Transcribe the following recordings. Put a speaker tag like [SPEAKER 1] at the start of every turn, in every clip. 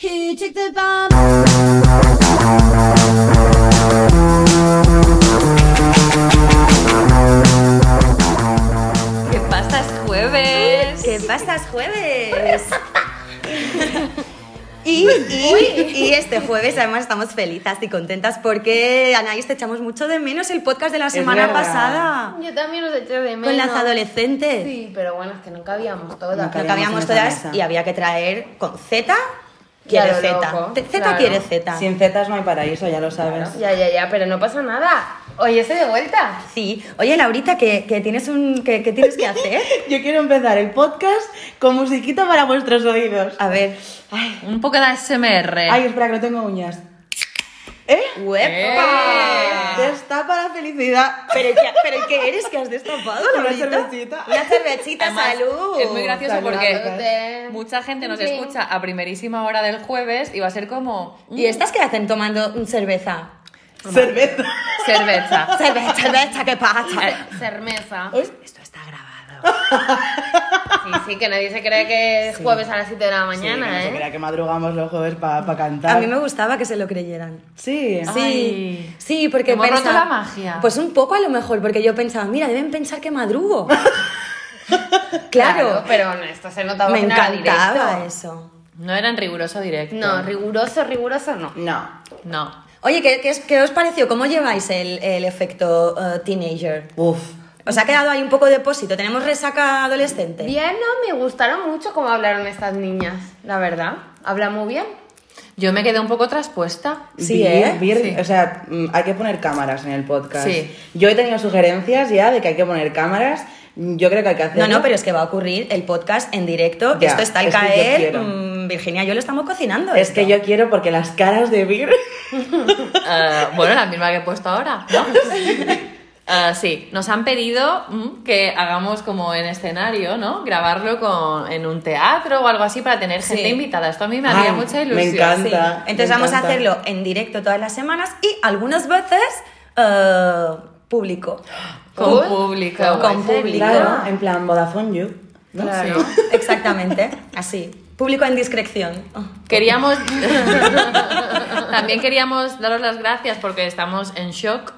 [SPEAKER 1] Who took the bomb?
[SPEAKER 2] ¿Qué pasa? Es jueves.
[SPEAKER 3] ¿Qué pasas jueves?
[SPEAKER 1] Y,
[SPEAKER 3] Y, y este jueves además estamos felices y contentas porque Anaís te echamos mucho de menos el podcast de la semana
[SPEAKER 4] verdad.
[SPEAKER 3] pasada
[SPEAKER 2] Yo también os eché de menos.
[SPEAKER 3] con las adolescentes.
[SPEAKER 2] Sí, pero bueno, es que nunca habíamos todas.
[SPEAKER 4] Nunca
[SPEAKER 3] Lo que habíamos
[SPEAKER 4] en esa
[SPEAKER 3] todas
[SPEAKER 4] mesa.
[SPEAKER 3] y había que traer con Z quiere
[SPEAKER 2] Claro,
[SPEAKER 3] Z.
[SPEAKER 2] loco,
[SPEAKER 3] Te- Z
[SPEAKER 2] claro.
[SPEAKER 3] quiere Z.
[SPEAKER 4] Sin zetas no hay paraíso, ya lo sabes.
[SPEAKER 2] Ya, ya, ya, pero no pasa nada. Hoy estoy de vuelta.
[SPEAKER 3] Sí. Oye, Laurita, ¿qué, qué tienes, un, qué, qué tienes que hacer?
[SPEAKER 4] Yo quiero empezar el podcast con musiquita para vuestros oídos.
[SPEAKER 3] A ver.
[SPEAKER 5] Un poco de ASMR.
[SPEAKER 4] Ay, espera, que no tengo uñas. ¿Eh?
[SPEAKER 3] ¡Uepa!
[SPEAKER 4] Destapa la felicidad.
[SPEAKER 3] ¿Pero qué, pero qué eres que has destapado,
[SPEAKER 4] Una
[SPEAKER 3] Laurita?
[SPEAKER 4] cervecita.
[SPEAKER 3] Una cervecita,
[SPEAKER 5] Además,
[SPEAKER 3] salud.
[SPEAKER 5] Es muy gracioso
[SPEAKER 4] Salud,
[SPEAKER 5] porque
[SPEAKER 2] Saludate.
[SPEAKER 5] mucha gente nos
[SPEAKER 2] Sí.
[SPEAKER 5] escucha a primerísima hora del jueves y va a ser como mm,
[SPEAKER 3] ¿Y estas qué hacen tomando cerveza?
[SPEAKER 4] Cerveza.
[SPEAKER 5] cerveza.
[SPEAKER 3] Cerveza, cerveza, ¿qué pasa?
[SPEAKER 2] Cermesa.
[SPEAKER 3] Esto está grabado.
[SPEAKER 2] Sí, sí, que nadie se cree que es jueves a las 7 de la
[SPEAKER 4] Sí, que
[SPEAKER 2] mañana,
[SPEAKER 4] no se
[SPEAKER 2] ¿eh?
[SPEAKER 4] crea que madrugamos los jueves para cantar.
[SPEAKER 3] A mí me gustaba que se lo creyeran.
[SPEAKER 4] Sí.
[SPEAKER 3] Sí,
[SPEAKER 5] Ay.
[SPEAKER 3] sí, porque
[SPEAKER 5] Hemos roto
[SPEAKER 3] pensaba-
[SPEAKER 5] la magia.
[SPEAKER 3] Pues un poco a lo mejor, porque yo pensaba, mira, deben pensar que madrugo. claro,
[SPEAKER 2] Pero no, esto se notaba
[SPEAKER 3] me
[SPEAKER 2] que no era
[SPEAKER 3] encantaba
[SPEAKER 2] directo.
[SPEAKER 3] eso.
[SPEAKER 5] No era en riguroso directo.
[SPEAKER 2] No, riguroso, riguroso no.
[SPEAKER 4] No.
[SPEAKER 5] No.
[SPEAKER 3] Oye, ¿qué, qué, es- qué os pareció? ¿Cómo lleváis el, el efecto eh, teenager?
[SPEAKER 4] Uf.
[SPEAKER 3] ¿Os ha quedado ahí un poco de depósito? ¿Tenemos resaca adolescente?
[SPEAKER 2] Bien, no, me gustaron mucho cómo hablaron estas niñas, la verdad. Habla muy bien.
[SPEAKER 5] Yo me quedé un poco traspuesta.
[SPEAKER 3] Sí,
[SPEAKER 4] Vir-
[SPEAKER 3] ¿eh?
[SPEAKER 4] vir-
[SPEAKER 5] Sí.
[SPEAKER 4] O sea, mm, hay que poner cámaras en el podcast.
[SPEAKER 5] Sí.
[SPEAKER 4] Yo he tenido sugerencias ya de que hay que poner cámaras. Yo creo que hay que hacerlo.
[SPEAKER 3] No, no, pero es que va a ocurrir el podcast en directo.
[SPEAKER 4] Ya,
[SPEAKER 3] Esto está al
[SPEAKER 4] es que yo
[SPEAKER 3] caer.
[SPEAKER 4] quiero.
[SPEAKER 3] mm, Virginia y yo lo estamos cocinando.
[SPEAKER 4] Es
[SPEAKER 3] esto.
[SPEAKER 4] que yo quiero porque las caras de Vir...
[SPEAKER 5] Eh, bueno, la misma que he puesto ahora, ¿no? Eh, sí, nos han pedido mm, que hagamos como en escenario, ¿no? Grabarlo con, en un teatro o algo así para tener gente
[SPEAKER 3] Sí.
[SPEAKER 5] invitada. Esto a mí me haría
[SPEAKER 4] Ay,
[SPEAKER 5] mucha
[SPEAKER 4] me
[SPEAKER 5] ilusión.
[SPEAKER 4] encanta.
[SPEAKER 3] Sí. Entonces
[SPEAKER 4] me
[SPEAKER 3] vamos a
[SPEAKER 4] encanta.
[SPEAKER 3] hacerlo en directo todas las semanas y algunas veces eh, público.
[SPEAKER 5] Con
[SPEAKER 2] Uy,
[SPEAKER 5] público.
[SPEAKER 3] con
[SPEAKER 2] ¿En serio?
[SPEAKER 3] público.
[SPEAKER 4] Claro, en plan Vodafone You. ¿no?
[SPEAKER 2] Claro.
[SPEAKER 5] Sí.
[SPEAKER 3] Exactamente, así. Público en discreción.
[SPEAKER 5] Queríamos. También queríamos daros las gracias porque estamos en shock.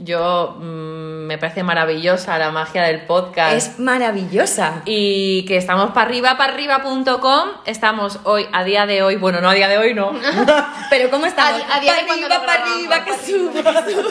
[SPEAKER 5] Yo. mm, me parece maravillosa la magia del podcast.
[SPEAKER 3] Es maravillosa.
[SPEAKER 5] Y que estamos para arriba, para arriba.com. Estamos hoy, a día de hoy. Bueno, no a día de hoy, no.
[SPEAKER 3] Pero ¿cómo estamos?
[SPEAKER 2] A- a día de
[SPEAKER 3] Pa'
[SPEAKER 2] cuando lo
[SPEAKER 3] pa'
[SPEAKER 2] grabamos,
[SPEAKER 3] arriba, que
[SPEAKER 2] pa'
[SPEAKER 3] sube.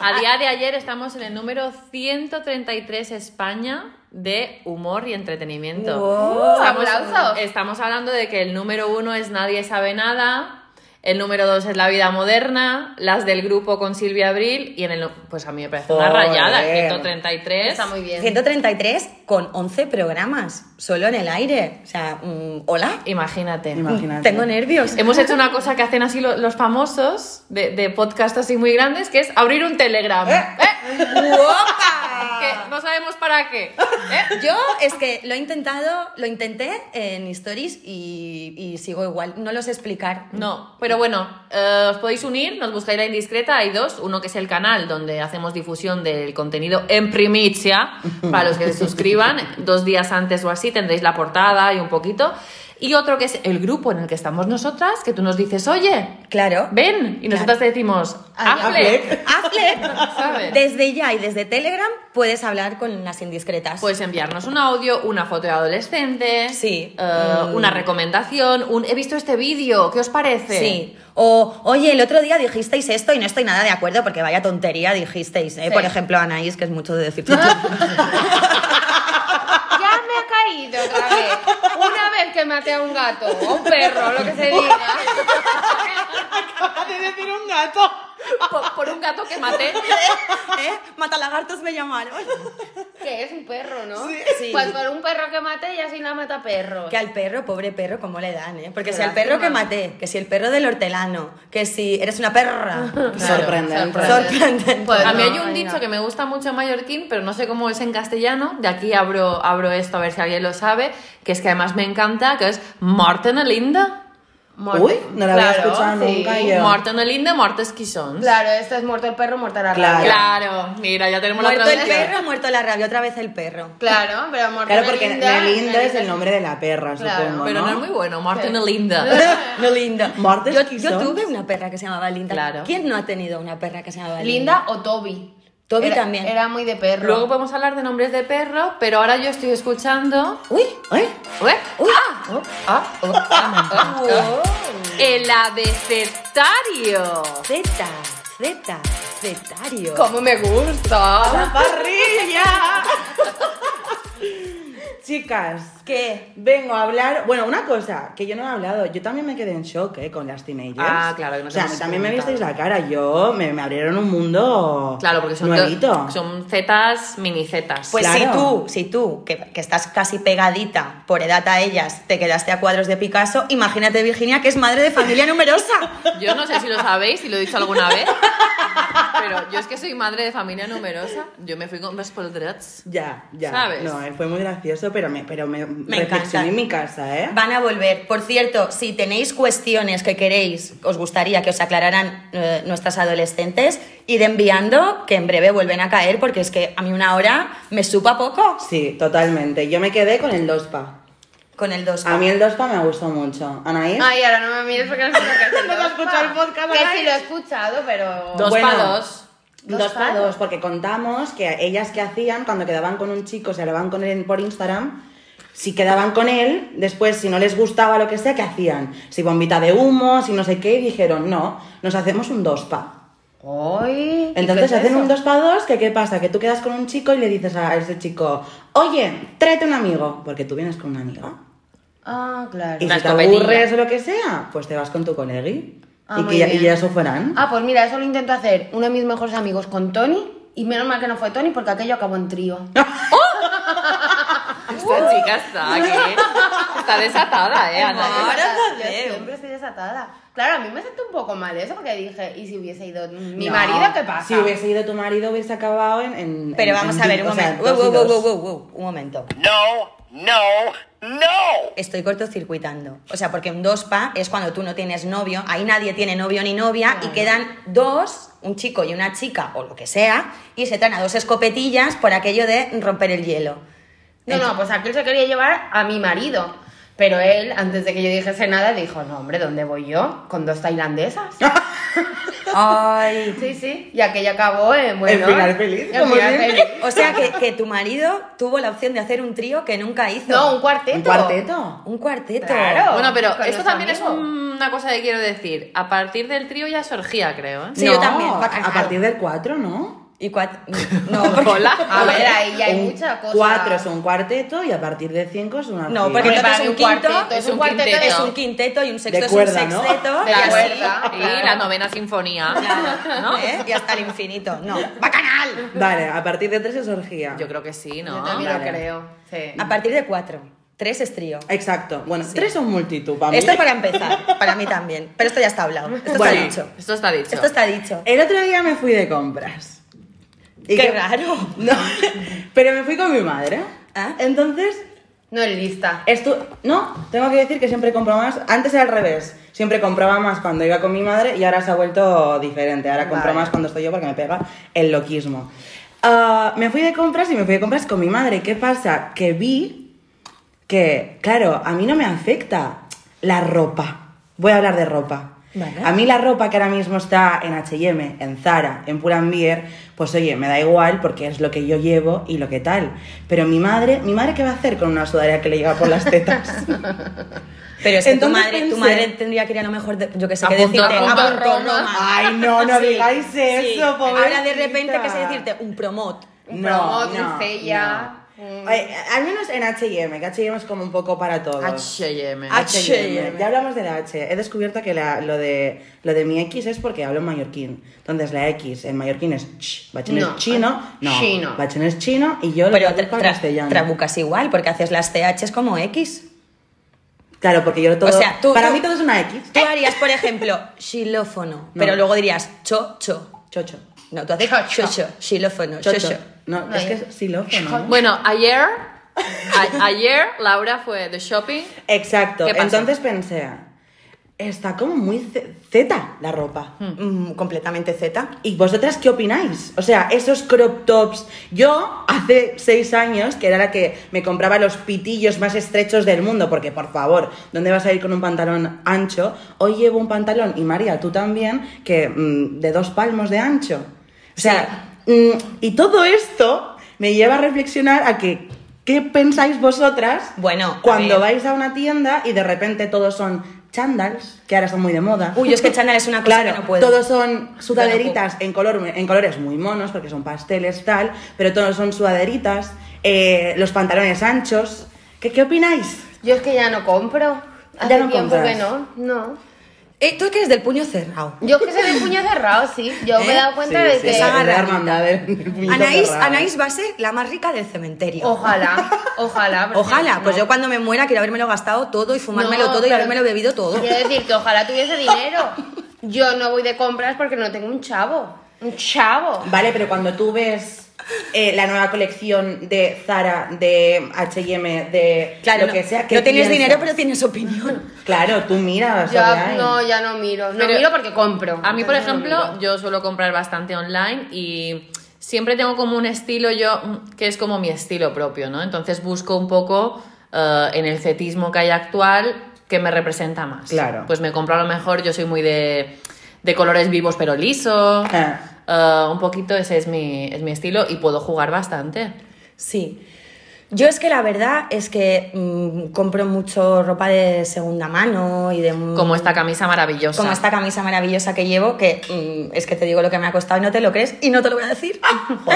[SPEAKER 5] A día de ayer estamos en el número 133 España de humor y entretenimiento.
[SPEAKER 3] Wow.
[SPEAKER 2] Aplausos.
[SPEAKER 5] estamos hablando de que el número uno es Nadie sabe nada, el número dos es La vida moderna, las del grupo con Silvia Abril y en el... Pues a mí me parece una
[SPEAKER 4] Joder.
[SPEAKER 5] rayada, el 133.
[SPEAKER 2] Está muy bien.
[SPEAKER 3] 133 con 11 programas, solo en el aire. O sea, mm, hola,
[SPEAKER 5] Imagínate.
[SPEAKER 4] Imagínate.
[SPEAKER 3] tengo nervios.
[SPEAKER 5] Hemos hecho una cosa que hacen así lo- los famosos de, de podcast así muy grandes, que es abrir un Telegram. ¿Eh? Que no sabemos para qué. ¿eh?
[SPEAKER 3] Yo es que lo he intentado, lo intenté en stories y, y sigo igual. No los explicar.
[SPEAKER 5] No, pero bueno, eh, os podéis unir, nos buscáis la indiscreta, hay dos, uno que es el canal donde hacemos difusión del contenido en primicia, para los que se suscriban, dos días antes o así tendréis la portada y un poquito, y otro que es el grupo en el que estamos nosotras, que tú nos dices, oye,
[SPEAKER 3] Claro.
[SPEAKER 5] ven, y nosotras te decimos,
[SPEAKER 2] Ay,
[SPEAKER 5] hazle,
[SPEAKER 3] Hazle.
[SPEAKER 5] ¿Sabes?
[SPEAKER 3] Desde ya y desde Telegram puedes hablar con las indiscretas.
[SPEAKER 5] Puedes Pues enviarnos un audio, una foto de adolescente,
[SPEAKER 3] Sí.
[SPEAKER 5] eh,
[SPEAKER 3] Mm.
[SPEAKER 5] una recomendación, un he visto este vídeo, ¿qué os parece?
[SPEAKER 3] Sí. O, oye, el otro día dijisteis esto y no estoy nada de acuerdo porque vaya tontería dijisteis. ¿eh?
[SPEAKER 2] Sí.
[SPEAKER 3] Por ejemplo, Anaís, que es mucho de decir.
[SPEAKER 2] Ya me ha caído otra vez. Una vez que maté a un gato o un perro, lo que se diga.
[SPEAKER 4] Acabas de decir un gato.
[SPEAKER 5] Por, por un gato que maté.
[SPEAKER 3] ¿Eh? Matalagartos me llamaron.
[SPEAKER 2] Que es un perro, ¿no?
[SPEAKER 3] Sí.
[SPEAKER 2] Pues por un perro que maté ya soy la mata perro.
[SPEAKER 3] Que al perro, pobre perro, ¿cómo le dan? Eh? Porque
[SPEAKER 2] Qué
[SPEAKER 3] si al perro que
[SPEAKER 2] lástima.
[SPEAKER 3] maté, que si el perro del hortelano, que si eres una perra.
[SPEAKER 5] Claro,
[SPEAKER 4] sorprendente.
[SPEAKER 3] sorprendente.
[SPEAKER 2] Pues
[SPEAKER 5] a mí
[SPEAKER 2] no,
[SPEAKER 5] hay un
[SPEAKER 2] ay,
[SPEAKER 5] dicho
[SPEAKER 2] no.
[SPEAKER 5] que me gusta mucho en mallorquín, pero no sé cómo es en castellano. De aquí abro, abro esto a ver si alguien lo sabe, que es que además me encanta, que es Marten Linda.
[SPEAKER 2] Muerte.
[SPEAKER 4] Uy, no la había
[SPEAKER 2] Claro,
[SPEAKER 4] escuchado
[SPEAKER 2] sí.
[SPEAKER 4] nunca yo.
[SPEAKER 5] Muerte en el Inde, muertes quizón.
[SPEAKER 2] Claro, esto es muerto el perro, muerta la
[SPEAKER 4] Claro.
[SPEAKER 2] rabia.
[SPEAKER 5] Claro, mira, ya tenemos
[SPEAKER 3] Muerto
[SPEAKER 5] la
[SPEAKER 3] el
[SPEAKER 5] traducción.
[SPEAKER 3] perro, muerto la rabia, otra vez el perro.
[SPEAKER 2] Claro, pero muerto
[SPEAKER 4] Claro,
[SPEAKER 2] en el
[SPEAKER 4] porque
[SPEAKER 2] Inde,
[SPEAKER 4] Melinda es el
[SPEAKER 2] Melinda.
[SPEAKER 4] nombre de la perra,
[SPEAKER 2] Claro,
[SPEAKER 4] supongo.
[SPEAKER 5] Pero no es muy bueno, Muerte en el Inde.
[SPEAKER 3] No linda.
[SPEAKER 4] Martes
[SPEAKER 3] Yo,
[SPEAKER 4] quizás.
[SPEAKER 3] yo tuve una perra que se llamaba Linda.
[SPEAKER 5] Claro.
[SPEAKER 3] ¿Quién no ha tenido una perra que se llamaba Linda?
[SPEAKER 2] Linda o Toby.
[SPEAKER 3] Toby
[SPEAKER 2] Era-
[SPEAKER 3] también.
[SPEAKER 2] Era muy de perro.
[SPEAKER 5] Luego pues, podemos hablar de nombres de perro, pero ahora yo estoy escuchando.
[SPEAKER 3] Uy,
[SPEAKER 4] ¿Eh?
[SPEAKER 5] ¿Ué? Ah, oh, ah, oh, ah, ah,
[SPEAKER 2] Oh.
[SPEAKER 5] ah. El abecetario.
[SPEAKER 3] Z, Z, Zetario.
[SPEAKER 2] ¡Cómo me gusta!
[SPEAKER 4] ¡Parrilla! Chicas,
[SPEAKER 3] ¿Qué?
[SPEAKER 4] vengo a hablar. Bueno, una cosa que yo no he hablado. Yo también me quedé en shock eh, con las teenagers.
[SPEAKER 5] Ah, claro, que no
[SPEAKER 4] O
[SPEAKER 5] te
[SPEAKER 4] sea,
[SPEAKER 5] hemos
[SPEAKER 4] también me
[SPEAKER 5] preguntado.
[SPEAKER 4] visteis la cara. Yo me, me abrieron un mundo.
[SPEAKER 5] Claro, porque son,
[SPEAKER 4] nuevito.
[SPEAKER 5] son zetas, mini zetas.
[SPEAKER 3] Pues
[SPEAKER 4] Claro.
[SPEAKER 3] si tú, si tú, que, que estás casi pegadita por edad a ellas, te quedaste a cuadros de Picasso, imagínate Virginia que es madre de familia numerosa.
[SPEAKER 5] Yo no sé si lo sabéis, si lo he dicho alguna vez, pero yo es que soy madre de familia numerosa. Yo me fui con los poltrets.
[SPEAKER 4] Ya, ya.
[SPEAKER 5] ¿Sabes?
[SPEAKER 4] No, eh, fue muy gracioso, pero me, pero me, reflexioné
[SPEAKER 3] encanta.
[SPEAKER 4] en mi casa, ¿eh?
[SPEAKER 3] Van a volver. Por cierto, si tenéis cuestiones que queréis, os gustaría que os aclararan eh, nuestras adolescentes, ir enviando, que en breve vuelven a caer, porque es que a mí una hora me supa poco
[SPEAKER 4] Sí, totalmente. Yo me quedé con el 2PA.
[SPEAKER 3] con el 2.
[SPEAKER 4] A mí el 2PA me gustó mucho. Anaís.
[SPEAKER 2] Ay, ahora no me mires porque no sé qué hacer.
[SPEAKER 4] ¿Eh? No te has escuchado el podcast,
[SPEAKER 2] Que
[SPEAKER 4] Ana.
[SPEAKER 2] sí lo he escuchado, pero...
[SPEAKER 5] Dos
[SPEAKER 4] Bueno.
[SPEAKER 5] pa' dos.
[SPEAKER 2] Dos
[SPEAKER 4] Dos para
[SPEAKER 2] palos.
[SPEAKER 4] dos, porque contamos que ellas que hacían cuando quedaban con un chico, se hablaban con él por Instagram, si quedaban con él, después si no les gustaba lo que sea, ¿qué hacían? Si bombita de humo, si no sé qué, y dijeron, no, nos hacemos un dos pa.
[SPEAKER 2] Ay, ¿y qué
[SPEAKER 4] Entonces
[SPEAKER 2] es
[SPEAKER 4] hacen
[SPEAKER 2] eso?
[SPEAKER 4] un dos pa dos, que qué pasa, que tú quedas con un chico y le dices a ese chico, oye, tráete un amigo, porque tú vienes con una amiga.
[SPEAKER 2] Ah, claro.
[SPEAKER 4] Y
[SPEAKER 5] Una
[SPEAKER 4] si te
[SPEAKER 5] escopetilla.
[SPEAKER 4] aburres o lo que sea, pues te vas con tu colegui.
[SPEAKER 2] Ah,
[SPEAKER 4] y,
[SPEAKER 2] muy
[SPEAKER 4] que ya,
[SPEAKER 2] bien.
[SPEAKER 4] y ya eso fueran.
[SPEAKER 2] Ah, pues mira, eso lo intento hacer uno de mis mejores amigos con Tony. Y menos mal que no fue Tony porque aquello acabó en trío.
[SPEAKER 5] Esta chica está aquí. Está desatada, ¿eh, Ana?
[SPEAKER 3] Ahora
[SPEAKER 2] Yo
[SPEAKER 3] veo.
[SPEAKER 2] siempre estoy desatada. Claro, a mí me sentó un poco mal eso porque dije, ¿y si hubiese ido mi
[SPEAKER 4] No.
[SPEAKER 2] marido qué pasa?
[SPEAKER 4] Si hubiese ido tu marido, hubiese acabado en. en-
[SPEAKER 3] Pero
[SPEAKER 4] en-
[SPEAKER 3] vamos
[SPEAKER 4] en
[SPEAKER 3] a
[SPEAKER 4] di-
[SPEAKER 3] ver, un
[SPEAKER 4] o sea,
[SPEAKER 3] momento.
[SPEAKER 4] dos y
[SPEAKER 3] Wow, wow,
[SPEAKER 4] dos.
[SPEAKER 3] wow, wow, wow, un momento.
[SPEAKER 1] No, no, no!
[SPEAKER 3] Estoy cortocircuitando. O sea, porque un 2PA es cuando tú no tienes novio, ahí nadie tiene novio ni novia, y quedan dos, un chico y una chica, o lo que sea, y se traen a dos escopetillas por aquello de romper el hielo.
[SPEAKER 2] No, no, pues aquel se quería llevar a mi marido. Pero él, antes de que yo dijese nada, dijo, no, hombre, ¿dónde voy yo? Con dos tailandesas.
[SPEAKER 3] Ay.
[SPEAKER 2] sí, sí. Y aquella acabó en, bueno...
[SPEAKER 4] El final feliz,
[SPEAKER 2] el
[SPEAKER 4] como
[SPEAKER 2] final
[SPEAKER 4] siempre.
[SPEAKER 2] feliz.
[SPEAKER 3] O sea que, que tu marido tuvo la opción de hacer un trío que nunca hizo.
[SPEAKER 2] No, un cuarteto.
[SPEAKER 4] ¿Un cuarteto?
[SPEAKER 3] Un cuarteto.
[SPEAKER 2] Claro.
[SPEAKER 5] ¿eh? Bueno, pero
[SPEAKER 2] Con
[SPEAKER 5] esto
[SPEAKER 2] los
[SPEAKER 5] también es
[SPEAKER 2] amigos.
[SPEAKER 5] una cosa que quiero decir. A partir del trío ya surgía, creo, ¿eh?
[SPEAKER 3] Sí, yo también.
[SPEAKER 4] A,
[SPEAKER 3] Bacalao.
[SPEAKER 4] a partir del 4, ¿no?
[SPEAKER 3] Y cuat- No, porque-
[SPEAKER 5] Hola.
[SPEAKER 2] A ver, ahí hay
[SPEAKER 4] Un
[SPEAKER 2] mucha cosa.
[SPEAKER 4] Cuatro es un cuarteto y a partir de cinco es una. orgía.
[SPEAKER 3] No, porque
[SPEAKER 2] Hombre,
[SPEAKER 3] entonces
[SPEAKER 2] para mí
[SPEAKER 3] un
[SPEAKER 2] un cuarteto
[SPEAKER 3] quinto
[SPEAKER 2] es un cuarteto
[SPEAKER 5] de-
[SPEAKER 3] es un quinteto y un sexto
[SPEAKER 4] De
[SPEAKER 3] es
[SPEAKER 4] cuerda,
[SPEAKER 3] un
[SPEAKER 4] ¿no?
[SPEAKER 3] sexteto.
[SPEAKER 2] De
[SPEAKER 3] y así.
[SPEAKER 2] cuerda.
[SPEAKER 5] Y
[SPEAKER 2] Claro.
[SPEAKER 5] la novena sinfonía.
[SPEAKER 3] Claro,
[SPEAKER 5] ¿no?
[SPEAKER 3] ¿eh? Y hasta el infinito. No, bacanal.
[SPEAKER 4] Vale, a partir de tres es orgía.
[SPEAKER 5] Yo creo que sí, ¿no?
[SPEAKER 2] Yo también
[SPEAKER 4] Vale.
[SPEAKER 2] lo creo. Sí.
[SPEAKER 3] A partir de cuatro. Tres es trío.
[SPEAKER 4] Exacto. Bueno, tres son multitud para mí.
[SPEAKER 3] Esto para empezar, para mí también. Pero esto ya está hablado. Esto
[SPEAKER 4] Bueno.
[SPEAKER 3] está dicho.
[SPEAKER 5] Esto está dicho.
[SPEAKER 3] Esto está dicho.
[SPEAKER 4] El otro día me fui de compras. Y
[SPEAKER 3] Qué
[SPEAKER 4] que-
[SPEAKER 3] raro.
[SPEAKER 4] No, pero me fui con mi madre.
[SPEAKER 3] Ah.
[SPEAKER 4] Entonces,
[SPEAKER 2] No es lista.
[SPEAKER 4] Estu- no, tengo que decir que siempre compro más. Antes era al revés. Siempre compraba más cuando iba con mi madre y ahora se ha vuelto diferente. Ahora compro
[SPEAKER 2] Vale.
[SPEAKER 4] más cuando estoy yo porque me pega el loquismo. Ah, me fui de compras y me fui de compras con mi madre. ¿Qué pasa? Que vi que, claro, a mí no me afecta la ropa. Voy a hablar de ropa.
[SPEAKER 3] Vale.
[SPEAKER 4] A mí la ropa que ahora mismo está en H&M, en Zara, en Pull&Bear, pues oye, me da igual porque es lo que yo llevo y lo que tal. Pero mi madre, mi madre qué va a hacer con una sudadera que le llega por las tetas?
[SPEAKER 3] Pero es que tu
[SPEAKER 4] Entonces
[SPEAKER 3] madre, tu
[SPEAKER 4] pensé-
[SPEAKER 3] madre tendría que ir a lo mejor, de- yo que sé, que
[SPEAKER 5] Apunto-
[SPEAKER 3] decirte.
[SPEAKER 5] apunto
[SPEAKER 3] "Apunto
[SPEAKER 2] Roma".
[SPEAKER 3] Roma".
[SPEAKER 4] Ay, no, no
[SPEAKER 3] Sí,
[SPEAKER 4] digáis
[SPEAKER 3] sí.
[SPEAKER 4] eso,
[SPEAKER 3] Ahora de
[SPEAKER 4] pobrecita.
[SPEAKER 3] repente que sé decirte un promot.
[SPEAKER 2] Un promo, doncella, mm.
[SPEAKER 4] Ay, al menos en H&M, que H&M es como un poco para todos.
[SPEAKER 5] H&M.
[SPEAKER 3] Ah,
[SPEAKER 4] H&M. Ya hablamos de la H. He descubierto que la- lo, de, lo de mi X es porque hablo en mallorquín. Entonces la X en mallorquín es ch, bachén
[SPEAKER 2] No,
[SPEAKER 4] es chino, no,
[SPEAKER 2] chino.
[SPEAKER 4] bachén es chino y yo lo
[SPEAKER 3] eh, Pero
[SPEAKER 4] traduzco
[SPEAKER 3] tra-
[SPEAKER 4] en
[SPEAKER 3] tra-
[SPEAKER 4] castellano.
[SPEAKER 3] trabucas igual, porque haces las THs como X.
[SPEAKER 4] Claro, porque yo lo todo...
[SPEAKER 3] O sea, tú-
[SPEAKER 4] para
[SPEAKER 3] tú- ¿Eh?
[SPEAKER 4] mí todo es una X.
[SPEAKER 3] Tú harías, por ejemplo, xilófono, pero luego dirías cho, cho.
[SPEAKER 4] Chocho.
[SPEAKER 3] No, tú haces
[SPEAKER 2] Cho,
[SPEAKER 3] cho,
[SPEAKER 2] cho.
[SPEAKER 3] cho, xilófono, cho,
[SPEAKER 4] Chocho.
[SPEAKER 3] cho.
[SPEAKER 4] No, es que es xilófono.
[SPEAKER 5] Bueno, ayer, a- ayer Laura fue de shopping.
[SPEAKER 4] Exacto.
[SPEAKER 5] ¿Qué pasó?
[SPEAKER 4] Entonces pensé, está como muy ce- zeta la ropa.
[SPEAKER 3] Mm, completamente Z.
[SPEAKER 4] ¿Y vosotras qué opináis? O sea, esos crop tops. Yo hace seis años, que era la que me compraba los pitillos más estrechos del mundo, porque por favor, ¿dónde vas a ir con un pantalón ancho? Hoy llevo un pantalón, y María, tú también, que mm, de dos palmos de ancho. O sea, mm, y todo esto me lleva a reflexionar a que, ¿qué pensáis vosotras
[SPEAKER 3] Bueno, a
[SPEAKER 4] cuando
[SPEAKER 3] ver.
[SPEAKER 4] vais a una tienda y de repente todos son chandals, que ahora son muy de moda?
[SPEAKER 3] Uy, yo es que chándal es una cosa
[SPEAKER 4] Claro,
[SPEAKER 3] que no puedo.
[SPEAKER 4] todos son sudaderitas en, color, en colores muy monos, porque son pasteles, tal, pero todos son sudaderitas, eh, los pantalones anchos. ¿Qué, qué opináis?
[SPEAKER 2] Yo es que ya no compro. Hace
[SPEAKER 4] Ya no
[SPEAKER 2] tiempo
[SPEAKER 4] compras.
[SPEAKER 2] que no, no.
[SPEAKER 3] Eh, tú que eres del puño cerrado.
[SPEAKER 2] Yo es que soy de puño cerrado, sí. Yo me he
[SPEAKER 3] ¿Eh?
[SPEAKER 2] dado cuenta de que...
[SPEAKER 4] es
[SPEAKER 3] esa
[SPEAKER 4] la
[SPEAKER 3] garra.
[SPEAKER 4] hermandad del puñito
[SPEAKER 3] Anaís,
[SPEAKER 4] cerrado.
[SPEAKER 3] Anaís va a ser la más rica del cementerio.
[SPEAKER 2] Ojalá, ojalá. porque
[SPEAKER 3] Ojalá,
[SPEAKER 2] no.
[SPEAKER 3] pues yo cuando me muera quiero habérmelo gastado todo y fumármelo
[SPEAKER 2] No,
[SPEAKER 3] todo y
[SPEAKER 2] pero-
[SPEAKER 3] habérmelo bebido todo.
[SPEAKER 2] Quiero decir que ojalá tuviese dinero. Yo no voy de compras porque no tengo un chavo. Un chavo.
[SPEAKER 4] Vale, pero cuando tú ves eh, la nueva colección de Zara, de H&M, de
[SPEAKER 3] Claro,
[SPEAKER 4] lo que
[SPEAKER 3] no,
[SPEAKER 4] sea...
[SPEAKER 3] no
[SPEAKER 4] ¿qué
[SPEAKER 3] tienes
[SPEAKER 4] piensas?
[SPEAKER 3] dinero pero tienes opinión.
[SPEAKER 4] Claro, tú miras
[SPEAKER 2] Ya,
[SPEAKER 4] online.
[SPEAKER 2] no, ya no miro. No
[SPEAKER 5] Pero-
[SPEAKER 2] miro porque compro.
[SPEAKER 5] A mí, por
[SPEAKER 2] Entonces no
[SPEAKER 5] ejemplo,
[SPEAKER 2] miro.
[SPEAKER 5] yo suelo comprar bastante online y siempre tengo como un estilo yo mm, que es como mi estilo propio, ¿no? Entonces busco un poco eh, en el cetismo que hay actual que me representa más.
[SPEAKER 4] Claro.
[SPEAKER 5] Pues me compro a lo mejor, yo soy muy de, de colores vivos pero liso.
[SPEAKER 4] Ah.
[SPEAKER 5] Eh, un poquito ese es mi, es mi estilo y puedo jugar bastante.
[SPEAKER 3] Sí. Yo es que la verdad es que mm, compro mucho ropa de segunda mano y de...
[SPEAKER 5] Como esta camisa maravillosa.
[SPEAKER 3] Mm. como esta camisa maravillosa que llevo, que mm, es que te digo lo que me ha costado y no te lo crees y no te lo voy a decir.
[SPEAKER 2] Ah,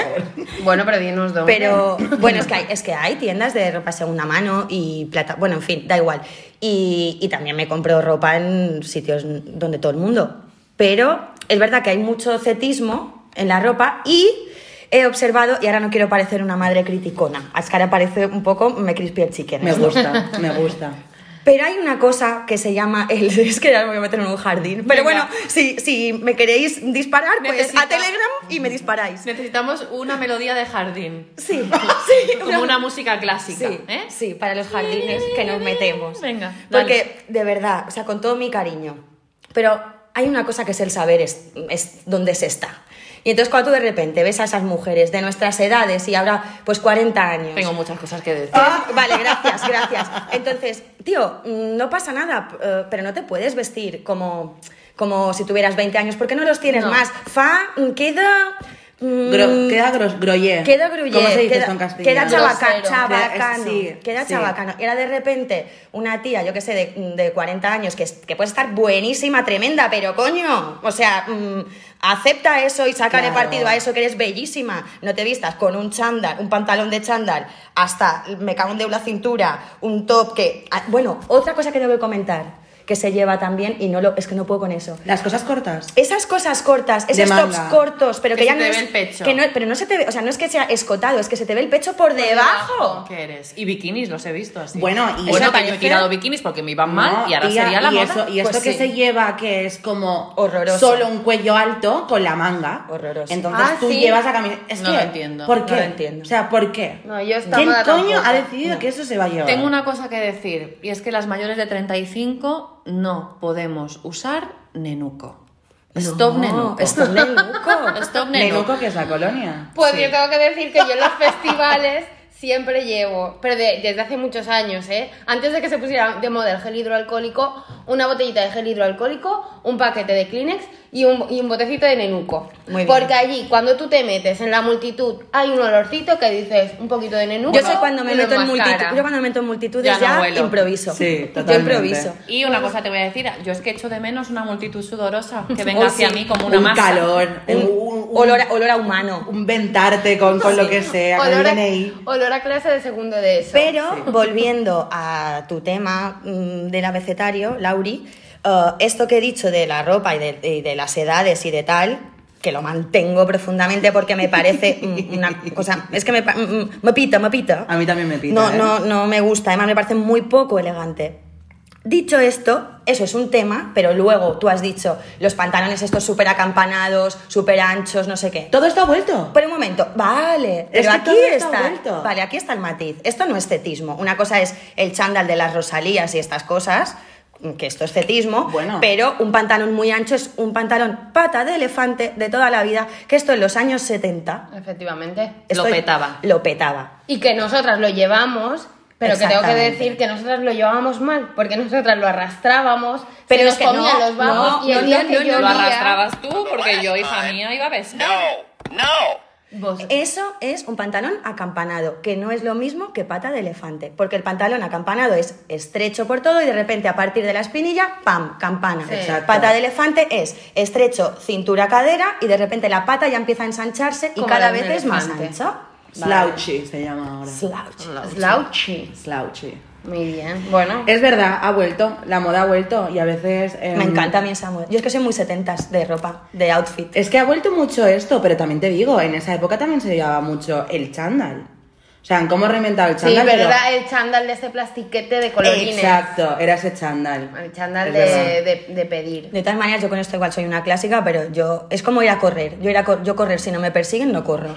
[SPEAKER 2] Bueno, pero dinos dónde.
[SPEAKER 3] Pero bueno, es que, hay, es que hay tiendas de ropa segunda mano y plata. Bueno, en fin, da igual. Y, y también me compro ropa en sitios donde todo el mundo. Pero es verdad que hay mucho cetismo en la ropa y he observado, y ahora no quiero parecer una madre criticona, es que ahora parece un poco me crispy el chicken. ¿eh?
[SPEAKER 4] Me
[SPEAKER 3] esto.
[SPEAKER 4] gusta, me gusta.
[SPEAKER 3] Pero hay una cosa que se llama el. Es que ya me voy a meter en un jardín. Pero
[SPEAKER 5] Venga.
[SPEAKER 3] bueno, si, si me queréis disparar, pues
[SPEAKER 5] Necesito-
[SPEAKER 3] a Telegram y me disparáis.
[SPEAKER 5] Necesitamos una melodía de jardín.
[SPEAKER 3] Sí, sí.
[SPEAKER 5] Como una música clásica.
[SPEAKER 3] Sí,
[SPEAKER 5] ¿eh?
[SPEAKER 3] sí, para los jardines que nos metemos.
[SPEAKER 5] Venga, dale.
[SPEAKER 3] Porque, de verdad, o sea, con todo mi cariño. Pero hay una cosa que es el saber es, es dónde se está. Y entonces cuando tú de repente ves a esas mujeres de nuestras edades y ahora pues 40 años...
[SPEAKER 5] Tengo muchas cosas que decir.
[SPEAKER 3] Ah, Vale, gracias, gracias. Entonces, tío, mm, no pasa nada, p- eh, pero no te puedes vestir como, como si tuvieras 20 años, porque no los tienes
[SPEAKER 5] No.
[SPEAKER 3] más. Fa, mm, queda... mm,
[SPEAKER 4] Gro- queda gros, groyer.
[SPEAKER 3] Queda gruyé,
[SPEAKER 4] ¿Cómo se dice
[SPEAKER 3] queda,
[SPEAKER 4] esto en castellano?
[SPEAKER 3] queda chabaca-
[SPEAKER 5] Grosero.
[SPEAKER 3] chabacano.
[SPEAKER 4] Queda- sí,
[SPEAKER 3] queda
[SPEAKER 4] sí.
[SPEAKER 3] chabacano. Era de repente una tía, yo que sé, de, de 40 años, que, es- que puede estar buenísima, tremenda, pero coño, o sea, mm, acepta eso y sácale
[SPEAKER 4] Claro.
[SPEAKER 3] partido a eso, que eres bellísima. No te vistas con un chándal, un pantalón de chándal, hasta me cago en de una cintura, un top que... ah, Bueno, otra cosa que debo comentar, que se lleva también, y no lo, es que no puedo con eso.
[SPEAKER 4] Las cosas cortas.
[SPEAKER 3] Esas cosas cortas,
[SPEAKER 4] De
[SPEAKER 3] esos tops
[SPEAKER 4] manga.
[SPEAKER 3] cortos, pero que,
[SPEAKER 5] Que
[SPEAKER 3] ya
[SPEAKER 5] se
[SPEAKER 3] no
[SPEAKER 5] te
[SPEAKER 3] es,
[SPEAKER 5] ve el pecho.
[SPEAKER 3] que no- pero no se te ve, o sea, no es que sea escotado, es que se te ve el pecho por debajo.
[SPEAKER 5] ¿Qué eres? Y bikinis los he visto así.
[SPEAKER 4] Bueno, y eso
[SPEAKER 5] bueno, que yo he
[SPEAKER 4] parece-
[SPEAKER 5] tirado bikinis porque me iban mal
[SPEAKER 4] No,
[SPEAKER 5] y ahora
[SPEAKER 4] tía,
[SPEAKER 5] sería la
[SPEAKER 4] y
[SPEAKER 5] moda.
[SPEAKER 4] Eso, y esto
[SPEAKER 3] Pues
[SPEAKER 4] que
[SPEAKER 3] sí.
[SPEAKER 4] se lleva, que es como
[SPEAKER 3] Horroroso.
[SPEAKER 4] solo un cuello alto con la manga.
[SPEAKER 3] Horroroso.
[SPEAKER 4] Entonces
[SPEAKER 2] Ah,
[SPEAKER 4] tú
[SPEAKER 2] sí.
[SPEAKER 4] llevas la camisa. Es
[SPEAKER 5] No
[SPEAKER 4] que,
[SPEAKER 5] lo entiendo,
[SPEAKER 4] ¿Por
[SPEAKER 3] no
[SPEAKER 4] qué?
[SPEAKER 3] lo entiendo.
[SPEAKER 4] O sea, ¿por qué?
[SPEAKER 2] No, yo esta
[SPEAKER 4] ¿Quién
[SPEAKER 2] moda
[SPEAKER 4] coño
[SPEAKER 2] tampoco.
[SPEAKER 4] ha decidido que eso se va a llevar?
[SPEAKER 5] Tengo una cosa que decir, y es que las mayores de 35 no podemos usar nenuco. Stop
[SPEAKER 3] No,
[SPEAKER 5] nenuco.
[SPEAKER 3] esto es nenuco.
[SPEAKER 5] Stop nenuco.
[SPEAKER 4] Nenuco, que es la colonia.
[SPEAKER 2] Pues yo tengo que decir que yo en los festivales siempre llevo, pero de- desde hace muchos años, ¿eh? Antes de que se pusiera de moda el gel hidroalcohólico, una botellita de gel hidroalcohólico, un paquete de Kleenex y un, y un botecito de nenuco.
[SPEAKER 3] Muy bien.
[SPEAKER 2] Porque allí, cuando tú te metes en la multitud, hay un olorcito que dices un poquito de nenuco.
[SPEAKER 3] Yo sé cuando me
[SPEAKER 2] y lo
[SPEAKER 3] meto en
[SPEAKER 2] enmascara.
[SPEAKER 3] multitud, yo cuando me meto en multitudes
[SPEAKER 5] Ya no
[SPEAKER 3] ya,
[SPEAKER 5] huelo.
[SPEAKER 3] improviso.
[SPEAKER 4] Sí,
[SPEAKER 3] yo
[SPEAKER 4] totalmente.
[SPEAKER 3] improviso.
[SPEAKER 5] Y una cosa te voy a decir, yo es que echo de menos una multitud sudorosa que venga
[SPEAKER 3] Oh,
[SPEAKER 5] hacia
[SPEAKER 3] sí.
[SPEAKER 5] mí como una
[SPEAKER 4] un
[SPEAKER 5] masa.
[SPEAKER 4] calor, un, un- un-
[SPEAKER 3] Olor, a- olor a humano.
[SPEAKER 4] un ventarte con, con lo que sea, con el
[SPEAKER 2] Olor a,
[SPEAKER 4] DNI.
[SPEAKER 2] olor a clase de segundo de eso.
[SPEAKER 3] Pero volviendo a tu tema mm, del abecetario, Lauri, eh, esto que he dicho de la ropa y de, y de las edades y de tal, que lo mantengo profundamente porque me parece mm, una cosa. Es que me, pa- mm, me pita, me pita.
[SPEAKER 4] A mí también me pita.
[SPEAKER 3] No,
[SPEAKER 4] ¿eh?
[SPEAKER 3] no, no me gusta, además me parece muy poco elegante. Dicho esto, eso es un tema, pero luego tú has dicho los pantalones estos súper acampanados, súper anchos, no sé qué.
[SPEAKER 4] Todo está vuelto.
[SPEAKER 3] Pero un momento, vale,
[SPEAKER 4] Es
[SPEAKER 3] pero
[SPEAKER 4] que
[SPEAKER 3] aquí
[SPEAKER 4] todo está
[SPEAKER 3] está,
[SPEAKER 4] vuelto.
[SPEAKER 3] vale, aquí está el matiz. Esto no es cetismo. Una cosa es el chándal de las rosalías y estas cosas, que esto es cetismo,
[SPEAKER 4] Bueno.
[SPEAKER 3] pero un pantalón muy ancho es un pantalón pata de elefante de toda la vida, que esto en los años 70
[SPEAKER 2] Efectivamente.
[SPEAKER 5] Lo
[SPEAKER 3] esto
[SPEAKER 5] petaba.
[SPEAKER 3] Lo petaba.
[SPEAKER 2] Y que nosotras lo llevamos, pero que tengo que
[SPEAKER 3] Exactamente.
[SPEAKER 2] decir que nosotras lo llevábamos mal, porque nosotras lo arrastrábamos,
[SPEAKER 3] Pero
[SPEAKER 2] se
[SPEAKER 3] es
[SPEAKER 2] nos
[SPEAKER 3] que
[SPEAKER 2] comían
[SPEAKER 3] no,
[SPEAKER 2] los vamos
[SPEAKER 3] no,
[SPEAKER 2] y el
[SPEAKER 3] no,
[SPEAKER 2] día
[SPEAKER 3] no,
[SPEAKER 2] que
[SPEAKER 3] no,
[SPEAKER 2] yo
[SPEAKER 5] Lo
[SPEAKER 2] olía-
[SPEAKER 5] arrastrabas tú porque yo, hija mía, iba a besar.
[SPEAKER 1] No, no.
[SPEAKER 2] Vos-
[SPEAKER 3] Eso es un pantalón acampanado, que no es lo mismo que pata de elefante, porque el pantalón acampanado es estrecho por todo y de repente a partir de la espinilla, ¡pam!, campana.
[SPEAKER 2] Sí.
[SPEAKER 4] Exacto.
[SPEAKER 3] Pata de elefante es estrecho, cintura, cadera y de repente la pata ya empieza a ensancharse y
[SPEAKER 2] Como
[SPEAKER 3] cada
[SPEAKER 2] de un
[SPEAKER 3] vez es más
[SPEAKER 2] elefante.
[SPEAKER 3] ancho.
[SPEAKER 4] Slouchy se llama ahora.
[SPEAKER 3] Slouch.
[SPEAKER 2] Slouchy.
[SPEAKER 4] Slouchy.
[SPEAKER 2] Muy bien. Bueno.
[SPEAKER 4] Es verdad, ha vuelto, la moda ha vuelto y a veces... em,
[SPEAKER 3] Me encanta a mí esa moda. Yo es que soy muy setentas de ropa, de outfit.
[SPEAKER 4] Es que ha vuelto mucho esto, pero también te digo, en esa época también se llevaba mucho el chándal. O sea, en cómo reinventado el
[SPEAKER 2] Sí,
[SPEAKER 4] chándal.
[SPEAKER 2] pero
[SPEAKER 4] pero-
[SPEAKER 2] era el chándal de ese plastiquete de colorines.
[SPEAKER 4] Exacto, era ese chándal.
[SPEAKER 2] El chándal
[SPEAKER 4] Es
[SPEAKER 2] de,
[SPEAKER 4] verdad.
[SPEAKER 2] de- de pedir.
[SPEAKER 3] De todas maneras, yo con esto igual soy una clásica, pero yo es como ir a correr. Yo ir a cor- yo correr, si no me persiguen, no corro.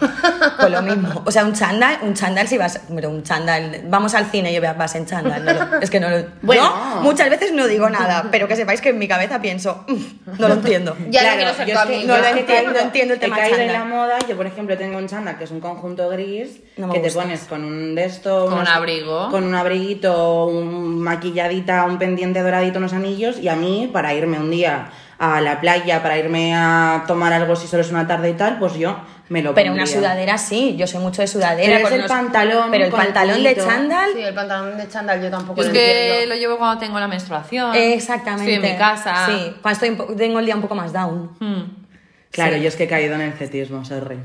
[SPEAKER 3] Con lo mismo. O sea, un chándal, un chándal si vas, pero un chándal, vamos al cine y veas- vas en chándal. no lo- es que no lo...
[SPEAKER 4] Bueno.
[SPEAKER 3] yo muchas veces no digo nada, pero que sepáis que en mi cabeza pienso, "Mm, no lo entiendo.
[SPEAKER 2] Ya no quiero ser
[SPEAKER 4] yo
[SPEAKER 2] tu
[SPEAKER 4] es que-
[SPEAKER 2] amiga.
[SPEAKER 4] yo
[SPEAKER 3] No
[SPEAKER 4] es
[SPEAKER 3] lo
[SPEAKER 4] que he
[SPEAKER 3] entiendo,
[SPEAKER 4] caído-
[SPEAKER 3] no entiendo el tema
[SPEAKER 4] He caído en
[SPEAKER 3] chándal.
[SPEAKER 4] la moda, yo por ejemplo tengo un chándal que es un conjunto gris,
[SPEAKER 3] No me
[SPEAKER 4] que te
[SPEAKER 3] gusta.
[SPEAKER 4] pones con un de esto...
[SPEAKER 5] Con
[SPEAKER 4] unos-
[SPEAKER 5] un abrigo.
[SPEAKER 4] Con un abriguito, un maquilladita, un pendiente doradito, unos anillos, y a mí, para irme un día a la playa, para irme a tomar algo si solo es una tarde y tal, pues yo me lo
[SPEAKER 3] Pero una
[SPEAKER 4] pondría.
[SPEAKER 3] sudadera sí, yo soy mucho de sudadera.
[SPEAKER 4] Pero es
[SPEAKER 3] con
[SPEAKER 4] el pantalón
[SPEAKER 3] Pero el
[SPEAKER 4] con el
[SPEAKER 3] pantalón de
[SPEAKER 4] culito.
[SPEAKER 3] chándal...
[SPEAKER 2] Sí, el pantalón de chándal yo tampoco
[SPEAKER 5] Yo es
[SPEAKER 2] lo
[SPEAKER 5] que
[SPEAKER 2] entiendo.
[SPEAKER 5] lo llevo cuando tengo la
[SPEAKER 4] Ah.
[SPEAKER 5] menstruación.
[SPEAKER 3] Exactamente.
[SPEAKER 5] Estoy en mi casa.
[SPEAKER 3] Sí, cuando estoy un po- tengo el día un poco más down.
[SPEAKER 5] Hmm.
[SPEAKER 4] Claro,
[SPEAKER 3] Sí.
[SPEAKER 4] yo es que he caído en el cetismo, sorry.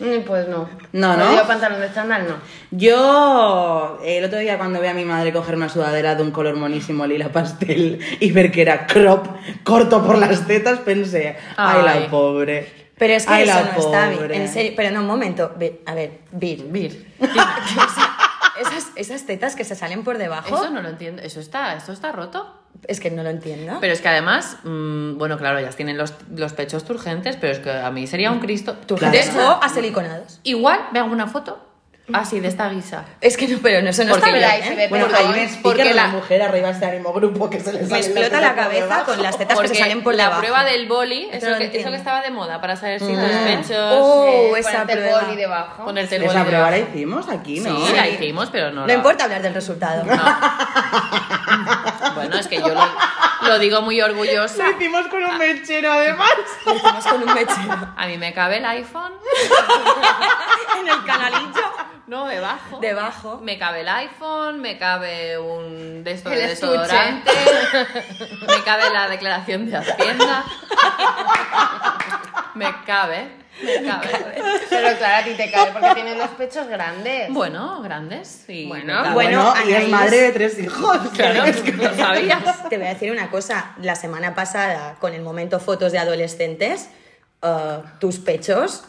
[SPEAKER 2] Mm, Pues no.
[SPEAKER 4] No,
[SPEAKER 2] Cuando
[SPEAKER 4] ¿no?
[SPEAKER 2] digo pantalón de chándal, no.
[SPEAKER 4] Yo eh, el otro día cuando vi a mi madre coger una sudadera de un color monísimo lila pastel y ver que era crop corto por las tetas, pensé, ay,
[SPEAKER 5] Ay.
[SPEAKER 4] la pobre.
[SPEAKER 3] Pero es que
[SPEAKER 4] Ay,
[SPEAKER 3] eso
[SPEAKER 4] la
[SPEAKER 3] no está bien.
[SPEAKER 4] pobre".
[SPEAKER 3] En serio, pero no, un momento. Ve- A ver, Vir.
[SPEAKER 5] Vir.
[SPEAKER 3] Esas, esas tetas que se salen por debajo,
[SPEAKER 5] Eso no lo entiendo. Eso está, eso está roto.
[SPEAKER 3] es que no lo entiendo.
[SPEAKER 5] Pero es que además, mm, bueno, claro, ellas tienen los, los pechos turgentes, pero es que a mí sería un Cristo. De
[SPEAKER 3] Turgentes
[SPEAKER 5] hecho,
[SPEAKER 3] o asiliconados.
[SPEAKER 5] igual me hago una foto así de esta guisa.
[SPEAKER 3] Es que no, pero no, eso no
[SPEAKER 5] Porque
[SPEAKER 3] está
[SPEAKER 5] yo-
[SPEAKER 3] bien.
[SPEAKER 2] ahí se
[SPEAKER 3] ¿eh?
[SPEAKER 2] ve
[SPEAKER 4] Bueno,
[SPEAKER 2] Pero
[SPEAKER 4] ahí me
[SPEAKER 5] porque
[SPEAKER 4] explica la...
[SPEAKER 5] la-
[SPEAKER 4] mujer arriba este ánimo grupo que se le
[SPEAKER 3] Me
[SPEAKER 4] sale
[SPEAKER 3] explota la cabeza con las tetas que
[SPEAKER 5] Porque
[SPEAKER 3] se salen por
[SPEAKER 5] la
[SPEAKER 3] debajo.
[SPEAKER 5] prueba del boli,
[SPEAKER 3] Esto
[SPEAKER 5] eso
[SPEAKER 3] no
[SPEAKER 5] que, eso
[SPEAKER 3] entiendo. Mm.
[SPEAKER 5] que estaba de moda para saber si los
[SPEAKER 2] Ah.
[SPEAKER 5] pechos.
[SPEAKER 3] Oh,
[SPEAKER 2] Eh,
[SPEAKER 3] esa
[SPEAKER 2] ponerte el
[SPEAKER 3] prueba.
[SPEAKER 2] boli debajo.
[SPEAKER 5] Ponerte el boli.
[SPEAKER 4] Esa prueba la
[SPEAKER 5] debajo.
[SPEAKER 4] hicimos aquí,
[SPEAKER 5] Sí,
[SPEAKER 4] ¿no?
[SPEAKER 5] la hicimos, pero no.
[SPEAKER 3] No
[SPEAKER 5] la-
[SPEAKER 3] importa hablar del resultado.
[SPEAKER 5] No. Bueno, es que yo lo, lo digo muy orgullosa.
[SPEAKER 4] Lo hicimos con un mechero además.
[SPEAKER 3] Lo hicimos con un mechero
[SPEAKER 5] A mí me cabe el iPhone.
[SPEAKER 3] en el canalillo
[SPEAKER 5] No, debajo.
[SPEAKER 3] debajo.
[SPEAKER 5] Me cabe el iPhone, me cabe un de estos
[SPEAKER 2] El
[SPEAKER 5] de
[SPEAKER 2] estuche.
[SPEAKER 5] desodorante, me cabe la declaración de Hacienda. Me cabe, me cabe.
[SPEAKER 2] Pero claro, a ti te cae porque tienes los pechos grandes.
[SPEAKER 5] Bueno, grandes. Y
[SPEAKER 2] Bueno.
[SPEAKER 5] me cabe.
[SPEAKER 3] Ah, Bueno,
[SPEAKER 4] y es
[SPEAKER 3] Anaís.
[SPEAKER 4] madre de tres hijos.
[SPEAKER 5] Claro, lo sabías.
[SPEAKER 3] Te voy a decir una cosa. La semana pasada, con el momento fotos de adolescentes, eh, tus pechos,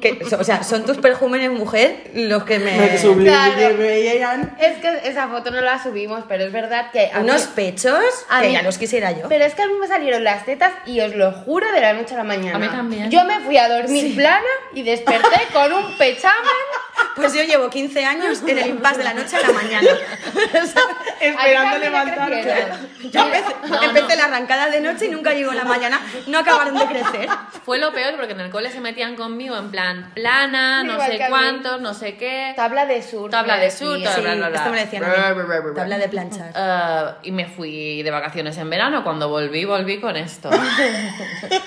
[SPEAKER 3] que, o sea, son tus perjúmenes, mujer, los que me...
[SPEAKER 4] Me sublime,
[SPEAKER 2] Claro.
[SPEAKER 4] me llegan.
[SPEAKER 2] Es que esa foto no la subimos, pero es verdad que a mí-
[SPEAKER 3] Unos pechos
[SPEAKER 2] a
[SPEAKER 3] que
[SPEAKER 2] mí-
[SPEAKER 3] ya los quisiera yo.
[SPEAKER 2] Pero es que a mí me salieron las tetas y os lo juro de la noche a la mañana.
[SPEAKER 5] A mí también.
[SPEAKER 2] Yo me fui a dormir plana y desperté con un pechamen.
[SPEAKER 3] Pues yo llevo 15 años en el impasse de la noche a la mañana.
[SPEAKER 4] Esperando
[SPEAKER 2] A mí también me
[SPEAKER 4] levantarme.
[SPEAKER 2] crecieron.
[SPEAKER 3] Yo empecé,
[SPEAKER 5] No,
[SPEAKER 3] empecé
[SPEAKER 5] no.
[SPEAKER 3] la arrancada de noche y nunca llegó la mañana. No acabaron de crecer.
[SPEAKER 5] Fue lo peor porque en el cole se metían conmigo en plan plana, no
[SPEAKER 2] Igual que
[SPEAKER 5] sé
[SPEAKER 2] a mí.
[SPEAKER 5] cuántos, no sé qué.
[SPEAKER 2] Tabla de sur.
[SPEAKER 5] Tabla
[SPEAKER 2] me
[SPEAKER 5] de
[SPEAKER 2] decía.
[SPEAKER 5] sur,
[SPEAKER 3] Sí,
[SPEAKER 5] tabla- Bla, bla, bla.
[SPEAKER 3] esto me lo decían a
[SPEAKER 5] Bla,
[SPEAKER 3] mí.
[SPEAKER 5] bla, bla, bla, bla.
[SPEAKER 3] Tabla de planchar.
[SPEAKER 5] Ah, y me fui de vacaciones en verano. Cuando volví, volví con esto.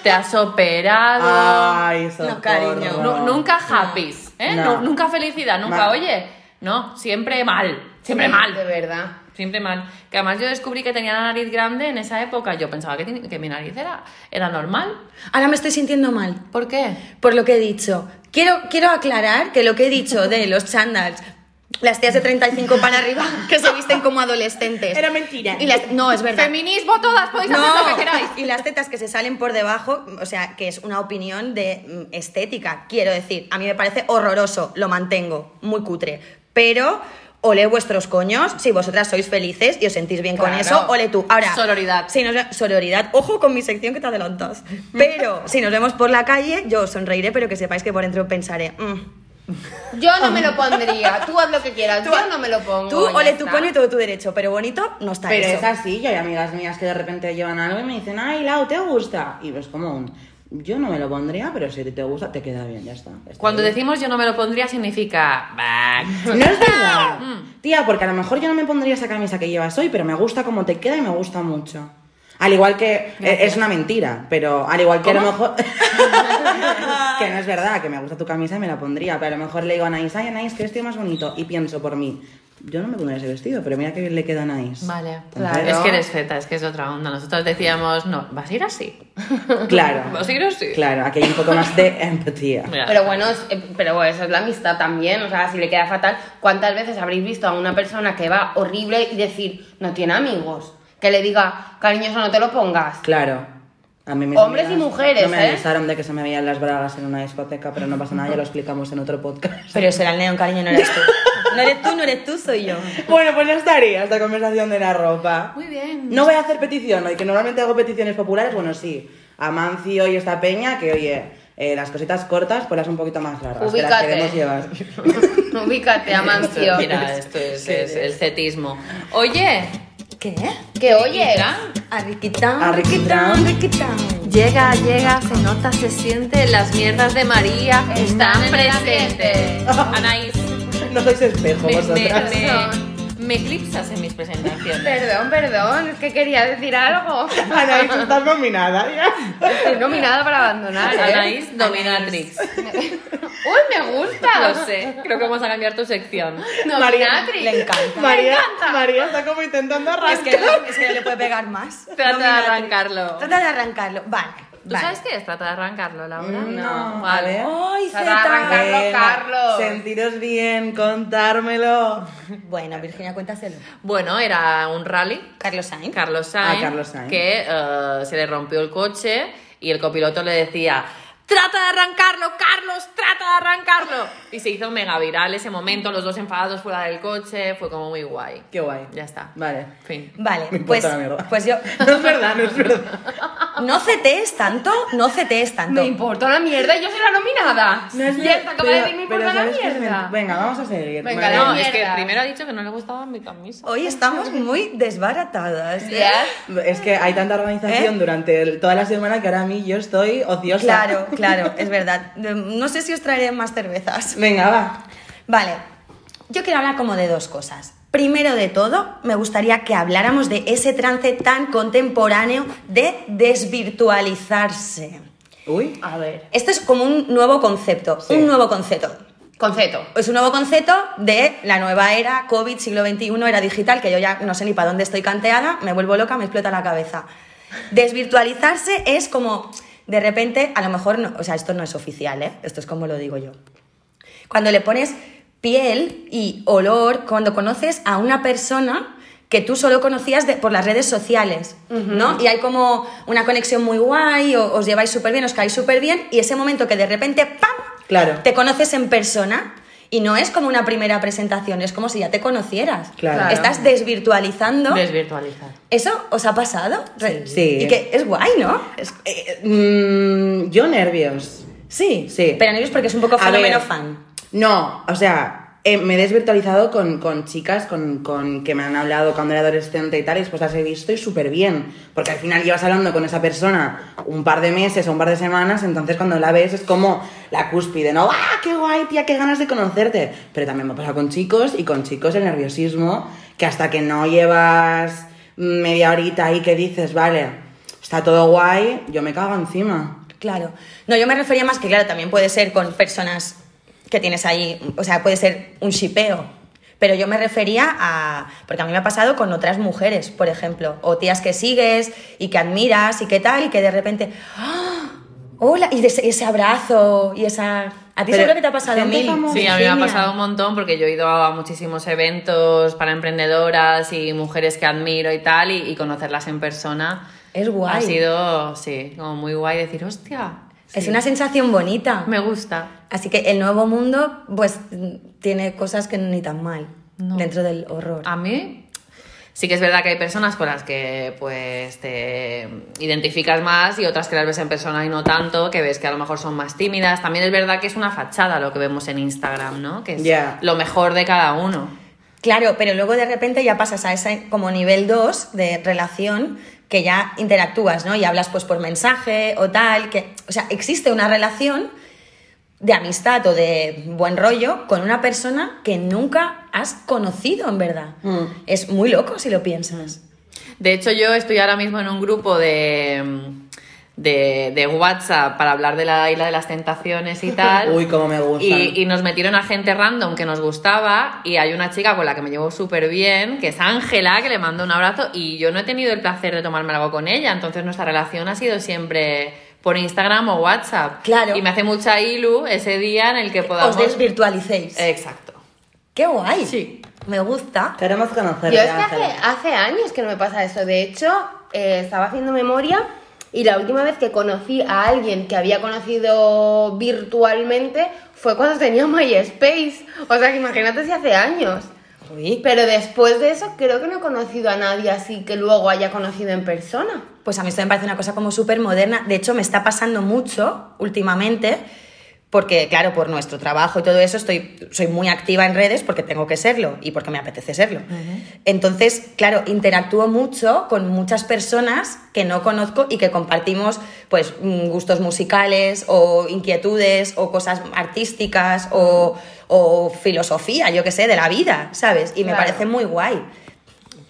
[SPEAKER 5] Te has operado.
[SPEAKER 2] Ah,
[SPEAKER 4] Ay, socorro.
[SPEAKER 3] cariño.
[SPEAKER 5] Nu- nunca happy, ¿eh?
[SPEAKER 4] No.
[SPEAKER 5] Nu- nunca felicidad, nunca,
[SPEAKER 4] Mal.
[SPEAKER 5] oye, no, siempre mal, siempre
[SPEAKER 2] De
[SPEAKER 5] mal,
[SPEAKER 2] verdad.
[SPEAKER 5] siempre mal. Que además yo descubrí que tenía la nariz grande en esa época, yo pensaba que, ten- que mi nariz era, era normal.
[SPEAKER 3] Ahora me estoy sintiendo mal.
[SPEAKER 5] ¿Por qué?
[SPEAKER 3] por lo que he dicho. Quiero, quiero aclarar que lo que he dicho de los chándals, las tías de 35 para arriba que se visten como adolescentes.
[SPEAKER 4] Era mentira.
[SPEAKER 3] Y las- no, es verdad.
[SPEAKER 5] Feminismo todas, podéis hacer lo que queráis.
[SPEAKER 3] Y las tetas que se salen por debajo, o sea, que es una opinión de mm, estética, quiero decir. A mí me parece horroroso, lo mantengo, muy cutre. Pero ole vuestros coños si vosotras sois felices y os sentís bien con
[SPEAKER 5] Claro.
[SPEAKER 3] eso, ole tú. Ahora,
[SPEAKER 5] Sororidad.
[SPEAKER 3] Si nos, sororidad, ojo con mi sección que te adelantas. Pero si nos vemos por la calle, yo os sonreiré, pero que sepáis que por dentro pensaré, "Mm,
[SPEAKER 2] Yo no me lo pondría. Tú haz lo que quieras. yo no me lo pongo.
[SPEAKER 3] Tú,
[SPEAKER 2] ya
[SPEAKER 3] ole, tú
[SPEAKER 2] está.
[SPEAKER 3] pone todo tu derecho, pero bonito no está
[SPEAKER 4] Pero
[SPEAKER 3] eso.
[SPEAKER 4] es así, yo hay amigas mías que de repente llevan algo y me dicen, ay, Lau, ¿te gusta? Y ves como un, yo no me lo pondría, pero si a ti te gusta, te queda bien, ya está. Está
[SPEAKER 5] Cuando
[SPEAKER 4] bien.
[SPEAKER 5] decimos yo no me lo pondría significa... bah,
[SPEAKER 4] No es verdad.
[SPEAKER 2] Mm.
[SPEAKER 4] Tía, porque a lo mejor yo no me pondría esa camisa que llevas hoy, pero me gusta cómo te queda y me gusta mucho. Al igual que eh, es una mentira, pero al igual que a lo mejor que no es verdad, que me gusta tu camisa y me la pondría, pero a lo mejor le digo a Anaís, ay Anaís, qué vestido más bonito y pienso por mí, yo no me pondría ese vestido, pero mira que bien le queda a Anaís.
[SPEAKER 5] Vale,
[SPEAKER 4] Claro.
[SPEAKER 5] Es que eres feta, es que es otra onda. Nosotros decíamos, no, vas a ir así.
[SPEAKER 4] Claro.
[SPEAKER 5] Vas a ir así.
[SPEAKER 4] Claro, aquí hay un poco más de empatía.
[SPEAKER 5] Mira,
[SPEAKER 2] Pero bueno, es- eh, pero bueno, eso es la amistad también. O sea, si le queda fatal, ¿cuántas veces habréis visto a una persona que va horrible y decir, no tiene amigos? Que le diga, cariño, eso no te lo pongas.
[SPEAKER 4] Claro. A mí mis
[SPEAKER 2] Hombres
[SPEAKER 4] amigas
[SPEAKER 2] y mujeres,
[SPEAKER 4] No me
[SPEAKER 2] ¿eh?
[SPEAKER 4] avisaron de que se me veían las bragas en una discoteca, pero no pasa nada, ya lo explicamos en otro podcast.
[SPEAKER 3] Pero será el neón, cariño, no eres tú. No eres tú, no eres tú, soy yo.
[SPEAKER 4] Bueno, pues ya estaría esta conversación de la ropa.
[SPEAKER 5] Muy bien.
[SPEAKER 4] No voy a hacer petición hoy, que normalmente hago peticiones populares, bueno, sí. A Mancio y esta peña, que oye, eh, las cositas cortas, pues las un poquito más largas, que las
[SPEAKER 2] Ubícate.
[SPEAKER 4] queremos llevar.
[SPEAKER 2] Ubícate, Amancio.
[SPEAKER 5] Mira, eh. esto es, es el cetismo. Oye,
[SPEAKER 3] ¿Qué?
[SPEAKER 2] Que oye,
[SPEAKER 5] Fran,
[SPEAKER 3] Arriquitán,
[SPEAKER 4] Arriquitán.
[SPEAKER 3] arriquitán, arriquitán.
[SPEAKER 5] llega, llega, se nota, se siente, las mierdas de María están
[SPEAKER 2] en el ambiente.
[SPEAKER 5] presentes. Anaís,
[SPEAKER 4] no sois espejo
[SPEAKER 5] me, me,
[SPEAKER 4] vosotras.
[SPEAKER 5] me- me eclipsas en mis presentaciones.
[SPEAKER 2] perdón, perdón, es que quería decir algo.
[SPEAKER 4] Anaís, estás nominada ya.
[SPEAKER 2] Estoy nominada para abandonar. ¿eh?
[SPEAKER 5] Anaís Dominatrix.
[SPEAKER 2] Uy, me gusta.
[SPEAKER 5] Lo sé, creo que vamos a cambiar tu sección.
[SPEAKER 2] Nominatrix.
[SPEAKER 3] le encanta.
[SPEAKER 4] María,
[SPEAKER 2] encanta.
[SPEAKER 4] María está como intentando arrancar.
[SPEAKER 3] Es que, no, es que no le puede pegar más.
[SPEAKER 5] Trata de
[SPEAKER 3] Dominatrix.
[SPEAKER 5] arrancarlo.
[SPEAKER 3] Trata de arrancarlo. Vale.
[SPEAKER 5] ¿Tú
[SPEAKER 3] vale.
[SPEAKER 5] sabes qué es? Trata de arrancarlo, Laura.
[SPEAKER 4] Mm, No,
[SPEAKER 5] Vale.
[SPEAKER 4] a ver.
[SPEAKER 3] ¡Ay,
[SPEAKER 2] Trata de arrancar-
[SPEAKER 3] Zeta!
[SPEAKER 2] Carlos, Carlos.
[SPEAKER 4] Sentiros bien, contármelo.
[SPEAKER 3] Bueno, Virginia, cuéntaselo.
[SPEAKER 5] Bueno, era un rally.
[SPEAKER 3] Carlos Sainz.
[SPEAKER 5] Carlos Sainz,
[SPEAKER 4] Ah, Carlos Sainz.
[SPEAKER 5] que eh, se le rompió el coche y el copiloto le decía, trata de arrancarlo, Carlos, trata de arrancarlo. Y se hizo mega viral ese momento, los dos enfadados fuera del coche, fue como muy guay.
[SPEAKER 4] Qué guay.
[SPEAKER 5] Ya está.
[SPEAKER 4] Vale.
[SPEAKER 5] Fin.
[SPEAKER 3] Vale,
[SPEAKER 4] Me importa
[SPEAKER 3] pues,
[SPEAKER 4] la mierda.
[SPEAKER 3] pues yo.
[SPEAKER 4] No es verdad, no es verdad.
[SPEAKER 3] No cetees tanto, no cetees tanto.
[SPEAKER 2] Me importa una mierda, yo soy la nominada.
[SPEAKER 4] No es
[SPEAKER 2] ya
[SPEAKER 4] verdad.
[SPEAKER 2] está, acaba de
[SPEAKER 4] Pero-
[SPEAKER 2] decir me
[SPEAKER 4] pero
[SPEAKER 2] importa una
[SPEAKER 4] ¿sabes qué es
[SPEAKER 2] mierda.
[SPEAKER 4] men- Venga, vamos a seguir.
[SPEAKER 2] Venga,
[SPEAKER 4] Vale.
[SPEAKER 5] No,
[SPEAKER 2] la
[SPEAKER 5] es que
[SPEAKER 2] mierda.
[SPEAKER 5] primero ha dicho que no le gustaba mi camisa.
[SPEAKER 3] Hoy estamos muy desbaratadas. ¿eh?
[SPEAKER 2] Ya.
[SPEAKER 4] Es que hay tanta organización
[SPEAKER 3] ¿Eh?
[SPEAKER 4] durante el- toda la semana que ahora a mí yo estoy ociosa.
[SPEAKER 3] Claro, claro, es verdad. No sé si os traeré más cervezas.
[SPEAKER 4] Venga, va.
[SPEAKER 3] Vale, yo quiero hablar como de dos cosas. Primero de todo, me gustaría que habláramos de ese trance tan contemporáneo de desvirtualizarse.
[SPEAKER 4] Uy.
[SPEAKER 2] A ver.
[SPEAKER 3] Esto es como un nuevo concepto,
[SPEAKER 4] Sí.
[SPEAKER 3] un nuevo concepto.
[SPEAKER 2] Concepto.
[SPEAKER 3] Es un nuevo concepto de la nueva era, COVID, siglo XXI, era digital, que yo ya no sé ni para dónde estoy canteada, me vuelvo loca, me explota la cabeza. Desvirtualizarse es como, de repente, a lo mejor, no- o sea, esto no es oficial, ¿eh? Esto es como lo digo yo. Cuando le pones piel y olor, cuando conoces a una persona que tú solo conocías de- por las redes sociales, ¿no? Y hay como una conexión muy guay, o- os lleváis súper bien, os caéis súper bien, y ese momento que de repente, ¡pam!
[SPEAKER 4] Claro.
[SPEAKER 3] Te conoces en persona y no es como una primera presentación, es como si ya te conocieras.
[SPEAKER 4] Claro.
[SPEAKER 3] Estás desvirtualizando.
[SPEAKER 5] Desvirtualizar.
[SPEAKER 3] ¿Eso os ha pasado? Re-
[SPEAKER 4] Sí.
[SPEAKER 3] Y que es guay, ¿no? Es-
[SPEAKER 4] Eh, mm, yo nervios.
[SPEAKER 3] sí,
[SPEAKER 4] Sí.
[SPEAKER 3] Pero no es porque es un poco
[SPEAKER 4] A ver,
[SPEAKER 3] fenómeno fan.
[SPEAKER 4] No, o sea, eh, me he desvirtualizado con, con chicas con, con que me han hablado cuando era adolescente y tal, y después las he visto y súper bien. Porque al final llevas hablando con esa persona un par de meses o un par de semanas, entonces cuando la ves es como la cúspide, ¿no? ¡Ah, qué guay, tía, qué ganas de conocerte! Pero también me ha pasado con chicos y con chicos el nerviosismo, que hasta que no llevas media horita ahí que dices, vale, está todo guay, yo me cago encima.
[SPEAKER 3] Claro. No, yo me refería más que, claro, también puede ser con personas que tienes ahí, o sea, puede ser un shipeo. Pero yo me refería a. Porque a mí me ha pasado con otras mujeres, por ejemplo, o tías que sigues y que admiras y qué tal, y que de repente. ¡Ah! ¡Hola! Y de ese, ese abrazo y esa. A ti
[SPEAKER 4] Pero
[SPEAKER 3] seguro que te ha pasado
[SPEAKER 4] gente
[SPEAKER 3] mil.
[SPEAKER 4] como
[SPEAKER 5] Sí, a mí me ha
[SPEAKER 3] Virginia.
[SPEAKER 5] pasado un montón porque yo he ido a muchísimos eventos para emprendedoras y mujeres que admiro y tal, y, y conocerlas en persona.
[SPEAKER 3] Es guay.
[SPEAKER 5] Ha sido, sí, como muy guay decir, hostia.
[SPEAKER 3] Es
[SPEAKER 5] sí,
[SPEAKER 3] una sensación bonita.
[SPEAKER 5] Me gusta.
[SPEAKER 3] Así que el nuevo mundo, pues, tiene cosas que ni tan mal. Dentro del horror.
[SPEAKER 5] A mí Sí que es verdad que hay personas con las que pues te identificas más y otras que las ves en persona y no tanto, que ves que a lo mejor son más tímidas. También es verdad que es una fachada lo que vemos en Instagram, ¿no? Que es
[SPEAKER 4] Ya.
[SPEAKER 5] lo mejor de cada uno.
[SPEAKER 3] Claro, pero luego de repente ya pasas a ese como nivel 2 de relación que ya interactúas, ¿no? Y hablas pues por mensaje o tal, que, o sea, existe una relación de amistad o de buen rollo con una persona que nunca has conocido en verdad.
[SPEAKER 4] Mm.
[SPEAKER 3] Es muy loco si lo piensas.
[SPEAKER 5] De hecho, yo estoy ahora mismo en un grupo de, de, de WhatsApp para hablar de la isla de las tentaciones y tal.
[SPEAKER 4] Uy, cómo me gusta.
[SPEAKER 5] Y, y nos metieron a gente random que nos gustaba y hay una chica con la que me llevo súper bien, que es Ángela, que le mando un abrazo y yo no he tenido el placer de tomarme algo con ella, entonces nuestra relación ha sido siempre por Instagram o WhatsApp.
[SPEAKER 3] Claro.
[SPEAKER 5] Y me hace mucha ilu ese día en el que podamos...
[SPEAKER 3] Os desvirtualicéis.
[SPEAKER 5] Exacto.
[SPEAKER 3] ¡Qué guay!
[SPEAKER 5] sí.
[SPEAKER 3] Me gusta.
[SPEAKER 4] Queremos conocer
[SPEAKER 2] Yo es que hace, hace años que no me pasa eso. De hecho, eh, estaba haciendo memoria y la última vez que conocí a alguien que había conocido virtualmente fue cuando tenía MySpace. O sea, que imagínate si hace años.
[SPEAKER 3] Uy,
[SPEAKER 2] Pero después de eso creo que no he conocido a nadie así que luego haya conocido en persona.
[SPEAKER 3] Pues a mí esto me parece una cosa como súper moderna. De hecho, me está pasando mucho últimamente, porque, claro, por nuestro trabajo y todo eso, estoy, soy muy activa en redes porque tengo que serlo y porque me apetece serlo. Entonces, claro, interactúo mucho con muchas personas que no conozco y que compartimos, pues, mm, gustos musicales o inquietudes o cosas artísticas o, o filosofía, yo qué sé, de la vida, ¿sabes? Y me
[SPEAKER 2] Claro.
[SPEAKER 3] parece muy guay.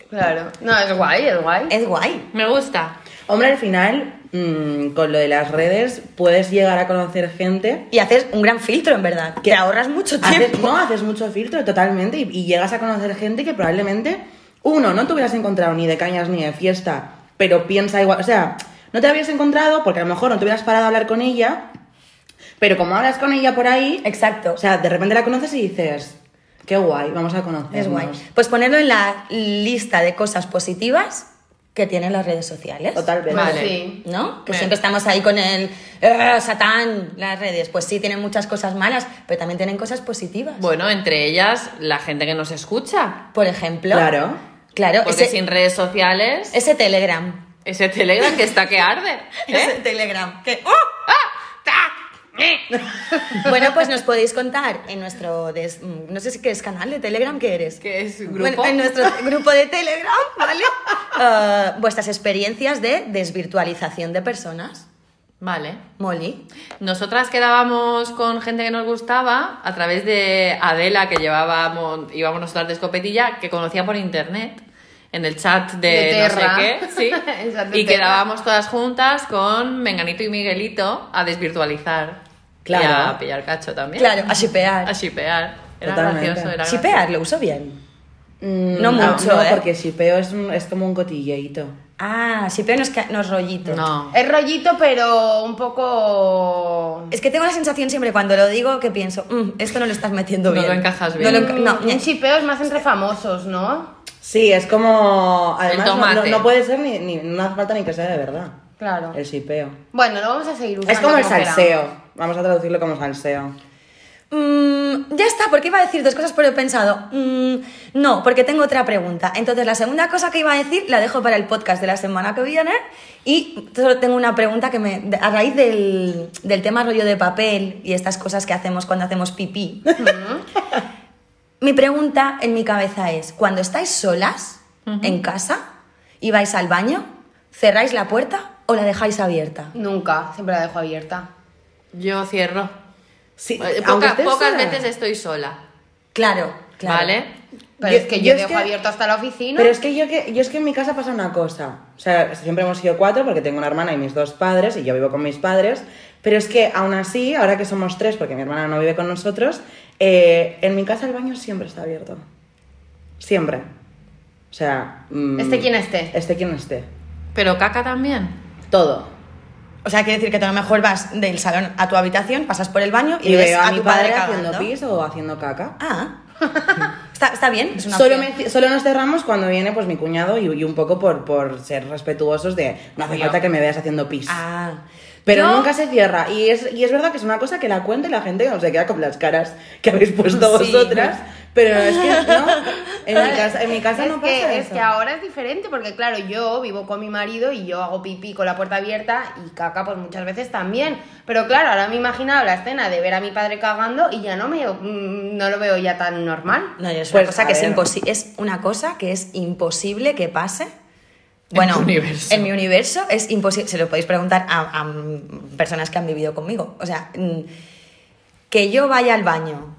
[SPEAKER 2] Claro. No, es guay, es guay.
[SPEAKER 3] Es guay.
[SPEAKER 5] Me gusta.
[SPEAKER 4] Hombre, al final, mm, con lo de las redes, puedes llegar a conocer gente.
[SPEAKER 3] Y haces un gran filtro, en verdad. Que ahorras mucho tiempo.
[SPEAKER 4] Haces, no, haces mucho filtro totalmente y, y llegas a conocer gente que probablemente, uno, no te hubieras encontrado ni de cañas ni de fiesta, pero piensa igual, o sea, no te habrías encontrado porque a lo mejor no te hubieras parado a hablar con ella, pero como hablas con ella por ahí,
[SPEAKER 3] Exacto.
[SPEAKER 4] o sea, de repente la conoces y dices, qué guay, vamos a conocernos.
[SPEAKER 3] es guay. Pues ponerlo en la lista de cosas positivas que tienen las redes sociales.
[SPEAKER 4] Totalmente.
[SPEAKER 5] Vale.
[SPEAKER 2] Pues Sí.
[SPEAKER 3] ¿No? Que
[SPEAKER 5] Bien.
[SPEAKER 3] siempre estamos ahí con el "Eh, Satán, las redes. Pues sí, tienen muchas cosas malas, pero también tienen cosas positivas.
[SPEAKER 5] Bueno, entre ellas la gente que nos escucha.
[SPEAKER 3] Por ejemplo.
[SPEAKER 4] Claro.
[SPEAKER 3] Claro,
[SPEAKER 5] Porque
[SPEAKER 3] ese,
[SPEAKER 5] sin redes sociales,
[SPEAKER 3] ese Telegram.
[SPEAKER 5] ese Telegram que está que arde. ¿eh?
[SPEAKER 3] Ese Telegram. Que, ¡oh! eh. Bueno, pues nos podéis contar en nuestro. des- mm, no sé si qué es canal de Telegram que eres.
[SPEAKER 5] Que es grupo.
[SPEAKER 3] Bueno, en nuestro grupo de Telegram, ¿vale? Eh, vuestras experiencias de desvirtualización de personas.
[SPEAKER 5] Vale.
[SPEAKER 3] Molly.
[SPEAKER 5] Nosotras quedábamos con gente que nos gustaba a través de Adela, que llevábamos, íbamos nosotras de escopetilla, que conocía por internet, en el chat de,
[SPEAKER 2] De
[SPEAKER 5] no
[SPEAKER 2] Terra.
[SPEAKER 5] sé qué, sí.
[SPEAKER 2] El chat de
[SPEAKER 5] y
[SPEAKER 2] Terra.
[SPEAKER 5] quedábamos todas juntas con Menganito y Miguelito a desvirtualizar.
[SPEAKER 4] Claro.
[SPEAKER 5] Y a pillar cacho también.
[SPEAKER 3] Claro, a shipear.
[SPEAKER 5] A shipear. Era
[SPEAKER 4] Totalmente.
[SPEAKER 5] gracioso, era gracioso.
[SPEAKER 3] Shipear, lo uso bien.
[SPEAKER 4] Mm,
[SPEAKER 3] No mucho,
[SPEAKER 4] no,
[SPEAKER 3] ¿eh?
[SPEAKER 4] porque shipeo es, un- es como un cotilleito.
[SPEAKER 3] Ah, shipear no es, ca- no es rollito.
[SPEAKER 5] No.
[SPEAKER 2] Es rollito, pero un poco.
[SPEAKER 3] Es que tengo la sensación siempre cuando lo digo que pienso, "Mm, esto no lo estás metiendo
[SPEAKER 5] No
[SPEAKER 3] bien.
[SPEAKER 5] lo encajas
[SPEAKER 3] No,
[SPEAKER 5] bien.
[SPEAKER 3] lo enca- no,
[SPEAKER 2] Un chipeo es más entre famosos, ¿no?
[SPEAKER 4] Sí, es como... Además, no- no,
[SPEAKER 5] tomate.
[SPEAKER 4] no puede ser ni, ni... No hace falta ni que sea de verdad.
[SPEAKER 2] Claro.
[SPEAKER 4] El shipeo.
[SPEAKER 2] Bueno, lo vamos a seguir usando.
[SPEAKER 4] Es como el
[SPEAKER 2] queramos.
[SPEAKER 4] salseo. Vamos a traducirlo como salseo.
[SPEAKER 3] Mm, ya está, porque iba a decir dos cosas, pero he pensado, mm, no, porque tengo otra pregunta. Entonces, la segunda cosa que iba a decir la dejo para el podcast de la semana que viene. Y solo tengo una pregunta que me. de- A raíz del, del tema rollo de papel y estas cosas que hacemos cuando hacemos pipí. mi pregunta en mi cabeza es: cuando estáis solas en casa y vais al baño, ¿cerráis la puerta o la dejáis abierta?
[SPEAKER 2] Nunca, siempre la dejo abierta.
[SPEAKER 5] Yo cierro.
[SPEAKER 4] Sí,
[SPEAKER 5] Eh,
[SPEAKER 4] aunque
[SPEAKER 5] poca-
[SPEAKER 4] estés
[SPEAKER 5] pocas
[SPEAKER 4] sola.
[SPEAKER 5] veces estoy sola.
[SPEAKER 3] Claro, claro.
[SPEAKER 5] ¿Vale?
[SPEAKER 2] Pero
[SPEAKER 4] Yo-
[SPEAKER 2] es que
[SPEAKER 4] yo
[SPEAKER 2] yo,
[SPEAKER 4] es
[SPEAKER 2] dejo
[SPEAKER 4] que-
[SPEAKER 2] abierto hasta la oficina.
[SPEAKER 4] Pero es que yo, que yo es que en mi casa pasa una cosa. O sea, siempre hemos sido cuatro porque tengo una hermana y mis dos padres y yo vivo con mis padres. Pero es que aún así, ahora que somos tres, porque mi hermana no vive con nosotros, eh, en mi casa el baño siempre está abierto. Siempre. O sea... mm,
[SPEAKER 2] Esté quien esté.
[SPEAKER 4] Esté quien esté.
[SPEAKER 5] Pero caca también.
[SPEAKER 4] Todo.
[SPEAKER 3] O sea, quiere decir que tú a lo mejor vas del salón a tu habitación, pasas por el baño y,
[SPEAKER 4] Y
[SPEAKER 3] ves
[SPEAKER 4] veo a, mi
[SPEAKER 3] tu
[SPEAKER 4] padre,
[SPEAKER 3] padre,
[SPEAKER 4] haciendo
[SPEAKER 3] cagando.
[SPEAKER 4] pis o haciendo caca.
[SPEAKER 3] Ah. está, está bien, es una
[SPEAKER 4] Solo,
[SPEAKER 3] opción.
[SPEAKER 4] me- solo nos cerramos cuando viene pues mi cuñado y, y un poco por, por ser respetuosos de no hace
[SPEAKER 5] Obvio.
[SPEAKER 4] falta que me veas haciendo pis.
[SPEAKER 3] Ah.
[SPEAKER 4] Pero
[SPEAKER 3] Yo-
[SPEAKER 4] nunca se cierra. Y es, y es verdad que es una cosa que la cuenta y la gente no se queda con las caras que habéis puesto
[SPEAKER 3] Sí.
[SPEAKER 4] vosotras. Pero es que no, en mi casa, en mi casa
[SPEAKER 2] es
[SPEAKER 4] no
[SPEAKER 2] que,
[SPEAKER 4] pasa
[SPEAKER 2] es
[SPEAKER 4] eso.
[SPEAKER 2] que ahora es diferente porque claro, yo vivo con mi marido y yo hago pipí con la puerta abierta y caca pues muchas veces también. Pero claro, ahora me imaginaba la escena de ver a mi padre cagando y ya no me mm, no lo veo ya tan normal.
[SPEAKER 3] No, es
[SPEAKER 4] Pues,
[SPEAKER 3] una cosa
[SPEAKER 4] a
[SPEAKER 3] que es,
[SPEAKER 4] ver.
[SPEAKER 3] imposi- es una cosa que es imposible que pase. Bueno,
[SPEAKER 5] tu universo.
[SPEAKER 3] en mi universo es imposible. Se lo podéis preguntar a, a, mm, personas que han vivido conmigo. O sea, mm, que yo vaya al baño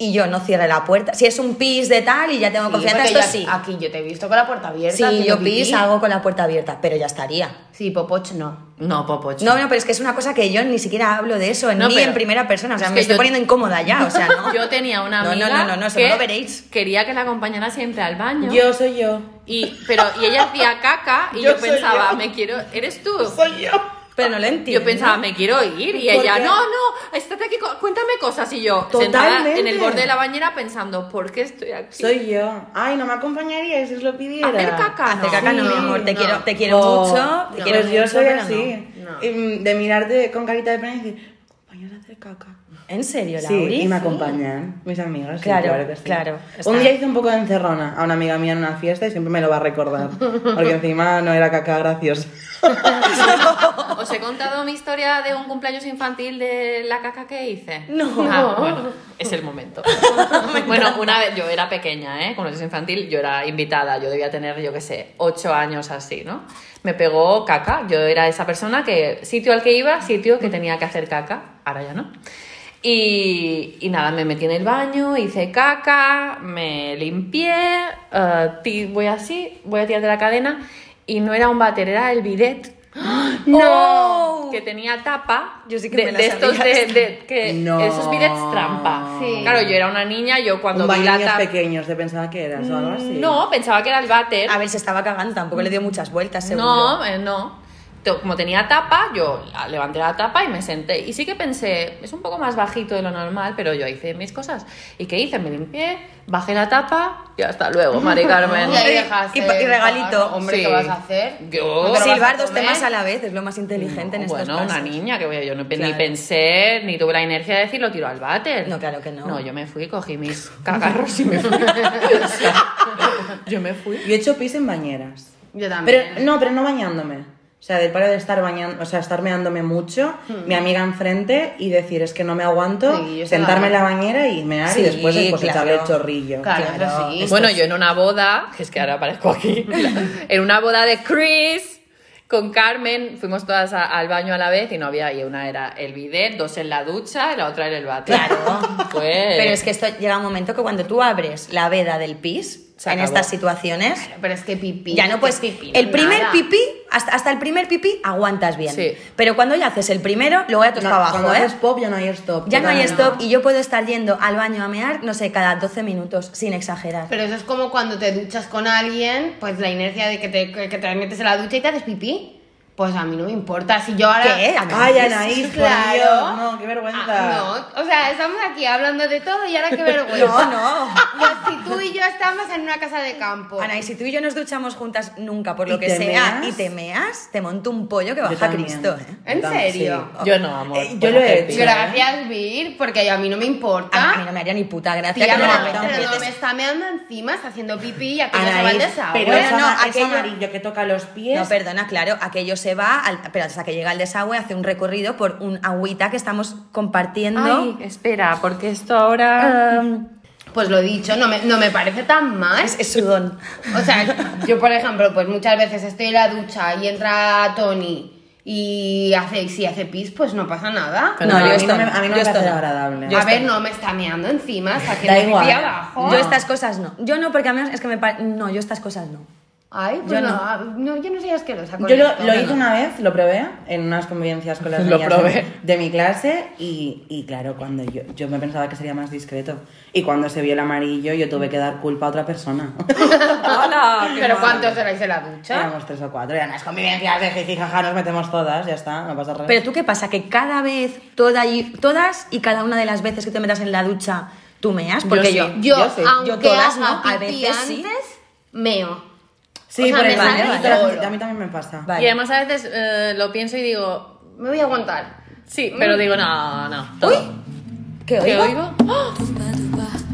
[SPEAKER 3] y yo no cierre la puerta. Si es un pis de tal y ya tengo
[SPEAKER 2] Sí,
[SPEAKER 3] confianza,
[SPEAKER 2] porque
[SPEAKER 3] esto
[SPEAKER 2] yo
[SPEAKER 3] sí.
[SPEAKER 2] Aquí yo te he visto con la puerta abierta.
[SPEAKER 3] Si
[SPEAKER 2] haciendo
[SPEAKER 3] yo pis,
[SPEAKER 2] pipí.
[SPEAKER 3] hago con la puerta abierta, pero ya estaría.
[SPEAKER 2] Sí, Popoch no.
[SPEAKER 5] No, Popoch.
[SPEAKER 3] No, no, pero es que es una cosa que yo ni siquiera hablo de eso,
[SPEAKER 5] No,
[SPEAKER 3] ni
[SPEAKER 5] pero-
[SPEAKER 3] en primera persona. O sea,
[SPEAKER 5] es
[SPEAKER 3] me
[SPEAKER 5] que
[SPEAKER 3] estoy
[SPEAKER 5] yo-
[SPEAKER 3] poniendo incómoda ya. O sea, no.
[SPEAKER 5] Yo tenía una
[SPEAKER 3] No, no,
[SPEAKER 5] amiga
[SPEAKER 3] no, no, no, eso
[SPEAKER 5] que
[SPEAKER 3] no lo veréis.
[SPEAKER 5] quería que la acompañara siempre al baño.
[SPEAKER 4] Yo soy yo.
[SPEAKER 5] Y, pero, y ella hacía caca y
[SPEAKER 4] Yo
[SPEAKER 5] yo,
[SPEAKER 4] soy
[SPEAKER 5] pensaba,
[SPEAKER 4] yo.
[SPEAKER 5] me quiero... ¿Eres tú?
[SPEAKER 4] Soy yo.
[SPEAKER 3] Pero no lo entiendo.
[SPEAKER 5] Yo pensaba, me quiero ir. Y
[SPEAKER 4] ¿Por
[SPEAKER 5] ella,
[SPEAKER 4] qué?
[SPEAKER 5] no, no, estate aquí, co- cuéntame cosas. Y yo, sentada en el
[SPEAKER 4] Totalmente.
[SPEAKER 5] borde de la bañera pensando, ¿por qué estoy aquí?
[SPEAKER 4] Soy yo. Ay, no me acompañaríais si os lo pidiera.
[SPEAKER 5] Hacer caca,
[SPEAKER 3] Hacer caca no,
[SPEAKER 4] Sí,
[SPEAKER 3] mi amor, te
[SPEAKER 2] no.
[SPEAKER 3] quiero, te quiero
[SPEAKER 4] Oh,
[SPEAKER 3] mucho, te
[SPEAKER 4] no.
[SPEAKER 3] quiero
[SPEAKER 4] Pues yo
[SPEAKER 3] mucho,
[SPEAKER 4] soy
[SPEAKER 3] pero
[SPEAKER 4] así.
[SPEAKER 2] no.
[SPEAKER 4] Y, mm, De mirarte con carita de pena y decir, acompañas a hacer caca.
[SPEAKER 3] no. ¿En serio,
[SPEAKER 4] Sí,
[SPEAKER 3] Lauri?
[SPEAKER 4] y me acompañan mis amigas. sí,
[SPEAKER 3] Claro,
[SPEAKER 4] claro, que sí.
[SPEAKER 3] claro,
[SPEAKER 4] Un
[SPEAKER 3] está.
[SPEAKER 4] día hice un poco de encerrona a una amiga mía en una fiesta y siempre me lo va a recordar. Porque encima no era caca graciosa.
[SPEAKER 5] Os he contado mi historia de un cumpleaños infantil de la caca que hice.
[SPEAKER 3] No.
[SPEAKER 5] Ah, bueno, es el momento. bueno, una vez yo era pequeña, ¿eh? Cumpleaños infantil, yo era invitada, yo debía tener, yo qué sé, ocho años así, ¿no? Me pegó caca. Yo era esa persona que sitio al que iba, sitio que tenía que hacer caca. Ahora ya no. Y, y nada, me metí en el baño, hice caca, me limpié, eh, ti- voy así, voy a tirar de la cadena y no era un váter, era el bidet.
[SPEAKER 3] ¡No!
[SPEAKER 5] Que tenía tapa.
[SPEAKER 3] Yo sí que
[SPEAKER 5] de,
[SPEAKER 3] me la
[SPEAKER 5] de estos
[SPEAKER 3] sabía
[SPEAKER 5] de,
[SPEAKER 3] esta.
[SPEAKER 5] de- que
[SPEAKER 4] No.
[SPEAKER 5] esos bidets trampa.
[SPEAKER 2] Sí.
[SPEAKER 5] Claro, yo era una niña, yo cuando
[SPEAKER 4] Un
[SPEAKER 5] vi la
[SPEAKER 4] baños
[SPEAKER 5] tapa-
[SPEAKER 4] pequeños, te pensaba que eras o algo así.
[SPEAKER 5] No, pensaba que era el váter.
[SPEAKER 3] A ver, se estaba cagando, tampoco le dio muchas vueltas, seguro.
[SPEAKER 5] No, eh, no. To- Como tenía tapa, yo la- levanté la tapa y me senté. Y sí que pensé, es un poco más bajito de lo normal, pero yo hice mis cosas. ¿Y qué hice? Me limpié, bajé la tapa y hasta luego, Mari Carmen.
[SPEAKER 2] Y ahí
[SPEAKER 3] Y-
[SPEAKER 2] dejaste
[SPEAKER 3] y pa- y
[SPEAKER 2] el
[SPEAKER 3] regalito.
[SPEAKER 2] trabajo. Hombre,
[SPEAKER 5] Sí.
[SPEAKER 2] ¿qué vas a hacer?
[SPEAKER 5] Yo-
[SPEAKER 2] ¿No te lo vas
[SPEAKER 3] Silbar
[SPEAKER 2] a
[SPEAKER 3] dos
[SPEAKER 2] comer?
[SPEAKER 3] temas a la vez es lo más inteligente en estos
[SPEAKER 5] bueno,
[SPEAKER 3] casos.
[SPEAKER 5] una niña que voy a- yo no, pe- ni
[SPEAKER 3] Claro.
[SPEAKER 5] pensé, ni tuve la energía de decir, lo tiro al váter.
[SPEAKER 3] No, claro que no.
[SPEAKER 5] No, yo me fui, cogí mis cagarros y me fui. O sea, yo me fui.
[SPEAKER 4] Yo he hecho pis en bañeras.
[SPEAKER 2] Yo
[SPEAKER 4] Pero
[SPEAKER 2] también.
[SPEAKER 4] no, pero no bañándome. O sea, del paro de estar bañando, o sea, estar meándome mucho,
[SPEAKER 3] Hmm.
[SPEAKER 4] mi amiga enfrente y decir, es que no me aguanto,
[SPEAKER 2] Sí, yo se la
[SPEAKER 4] sentarme en la
[SPEAKER 2] hago.
[SPEAKER 4] bañera y mear
[SPEAKER 3] Sí,
[SPEAKER 4] y después pues,
[SPEAKER 3] claro.
[SPEAKER 4] echarle el chorrillo.
[SPEAKER 2] Claro, eso
[SPEAKER 3] Claro,
[SPEAKER 2] sí.
[SPEAKER 3] esto
[SPEAKER 5] Bueno, yo en una boda, que es que ahora aparezco aquí, en una boda de Chris con Carmen, fuimos todas a- al baño a la vez y no había, y una era el bidet, dos en la ducha y la otra en el váter.
[SPEAKER 3] Claro.
[SPEAKER 5] Fue-
[SPEAKER 3] Pero es que esto llega un momento que cuando tú abres la veda del pis,
[SPEAKER 5] Se
[SPEAKER 3] en
[SPEAKER 5] acabó.
[SPEAKER 3] estas situaciones,
[SPEAKER 2] Pero es que pipí.
[SPEAKER 3] ya no
[SPEAKER 2] que
[SPEAKER 3] puedes.
[SPEAKER 2] pipí,
[SPEAKER 3] el primer
[SPEAKER 2] nada.
[SPEAKER 3] pipí, hasta, hasta el primer pipí, aguantas bien.
[SPEAKER 5] Sí.
[SPEAKER 3] Pero cuando ya haces el primero, luego ya tú
[SPEAKER 4] No,
[SPEAKER 3] para abajo,
[SPEAKER 4] cuando
[SPEAKER 3] ¿eh?
[SPEAKER 4] haces pop ya no hay stop.
[SPEAKER 3] Ya no hay
[SPEAKER 4] total.
[SPEAKER 3] stop y yo puedo estar yendo al baño a mear, no sé, cada 12 minutos, sin exagerar.
[SPEAKER 2] Pero eso es como cuando te duchas con alguien, pues la inercia de que te, que te metes en la ducha y te haces pipí. Pues a mí no me importa. Si yo ahora.
[SPEAKER 3] ¿Qué? A mí
[SPEAKER 4] Ay,
[SPEAKER 3] Sí,
[SPEAKER 4] Anaís, por Dios, no, qué vergüenza.
[SPEAKER 2] Ah, no, o sea, estamos aquí hablando de todo y ahora qué vergüenza.
[SPEAKER 3] No, no.
[SPEAKER 2] Pues si tú y yo estamos en una casa de campo.
[SPEAKER 3] Anaís, si tú y yo nos duchamos juntas nunca, por
[SPEAKER 4] ¿Y
[SPEAKER 3] lo que
[SPEAKER 4] te
[SPEAKER 3] sea,
[SPEAKER 4] meas?
[SPEAKER 3] y te meas, te monto un pollo que
[SPEAKER 4] Yo
[SPEAKER 3] baja
[SPEAKER 4] también.
[SPEAKER 3] Cristo, ¿eh?
[SPEAKER 2] ¿En
[SPEAKER 4] Tam-
[SPEAKER 2] serio?
[SPEAKER 4] sí.
[SPEAKER 5] Yo no, amor.
[SPEAKER 4] Eh, yo
[SPEAKER 5] por
[SPEAKER 4] lo he
[SPEAKER 5] hacer
[SPEAKER 4] hecho.
[SPEAKER 5] pis.
[SPEAKER 2] Gracias, Vir, porque a mí no me importa.
[SPEAKER 3] A mí no me haría ni puta gracia
[SPEAKER 2] ¿Ah? Tía,
[SPEAKER 3] que
[SPEAKER 2] pero,
[SPEAKER 3] me
[SPEAKER 4] no,
[SPEAKER 3] la
[SPEAKER 2] pero no
[SPEAKER 3] empieces-
[SPEAKER 2] me está meando encima, está haciendo pipí y aquello se va al
[SPEAKER 4] Anaís,
[SPEAKER 2] desagüe.
[SPEAKER 4] pero
[SPEAKER 3] Bueno,
[SPEAKER 4] es,
[SPEAKER 3] no,
[SPEAKER 4] ama- es
[SPEAKER 3] aquello-
[SPEAKER 4] amarillo que toca los pies.
[SPEAKER 3] No, perdona, claro, aquello se va, al- pero hasta que llega al desagüe hace un recorrido por un agüita que estamos compartiendo.
[SPEAKER 5] Ay, espera, porque esto ahora...
[SPEAKER 2] Pues lo dicho, no me, no me parece tan mal.
[SPEAKER 3] Es, es sudón.
[SPEAKER 2] O sea, yo por ejemplo, pues muchas veces estoy en la ducha y entra Tony y hace, y si hace pis, pues no pasa nada.
[SPEAKER 5] Pero
[SPEAKER 4] no,
[SPEAKER 5] yo
[SPEAKER 4] a mí
[SPEAKER 3] esto
[SPEAKER 4] no me, a mí no
[SPEAKER 3] yo
[SPEAKER 4] me
[SPEAKER 3] esto
[SPEAKER 4] parece
[SPEAKER 3] no.
[SPEAKER 4] agradable.
[SPEAKER 3] yo
[SPEAKER 2] a
[SPEAKER 3] estoy-
[SPEAKER 2] ver, no me está meando encima, está que
[SPEAKER 4] Da
[SPEAKER 2] me
[SPEAKER 4] igual.
[SPEAKER 2] pipí abajo.
[SPEAKER 3] Yo estas cosas no. Yo no, porque a mí es que me pare- No, yo estas cosas no.
[SPEAKER 2] Ay, pues
[SPEAKER 3] yo
[SPEAKER 2] no,
[SPEAKER 3] no.
[SPEAKER 2] ah, no, yo no soy asquerosa con
[SPEAKER 4] Yo lo,
[SPEAKER 2] esto,
[SPEAKER 4] lo
[SPEAKER 2] no,
[SPEAKER 4] hice
[SPEAKER 2] no.
[SPEAKER 4] una vez, lo probé en unas convivencias con las
[SPEAKER 5] Lo
[SPEAKER 4] niñas
[SPEAKER 5] probé.
[SPEAKER 4] de, de mi clase y, y claro, cuando yo, yo me pensaba que sería más discreto y cuando se vio el amarillo yo tuve que dar culpa a otra persona.
[SPEAKER 3] Ah.
[SPEAKER 5] ¡Hola! qué
[SPEAKER 2] Ah, Pero
[SPEAKER 5] mal.
[SPEAKER 2] ¿cuántos erais en la ducha?
[SPEAKER 4] Éramos tres o cuatro, eran las convivencias de jiji, jaja, nos metemos todas, ya está, no pasa nada.
[SPEAKER 3] Pero tú qué pasa, que cada vez, toda y- todas y cada una de las veces que te metas en la ducha, tú meas, porque yo.
[SPEAKER 2] Yo,
[SPEAKER 4] yo sí. Yo
[SPEAKER 2] aunque
[SPEAKER 3] todas
[SPEAKER 2] haga
[SPEAKER 3] no, a
[SPEAKER 2] pipí
[SPEAKER 3] veces sí.
[SPEAKER 2] antes, meo.
[SPEAKER 4] sí,
[SPEAKER 2] o sea,
[SPEAKER 4] por
[SPEAKER 2] me
[SPEAKER 4] el
[SPEAKER 2] sale
[SPEAKER 4] amarillo,
[SPEAKER 2] solo.
[SPEAKER 4] a mí- a mí también me pasa.
[SPEAKER 3] Vale.
[SPEAKER 5] Y además a veces eh, lo pienso y digo...
[SPEAKER 2] Me voy a aguantar.
[SPEAKER 5] Sí, pero digo, no, no. ¿Qué
[SPEAKER 3] ¿Qué oigo?
[SPEAKER 5] oigo? ¡Ah!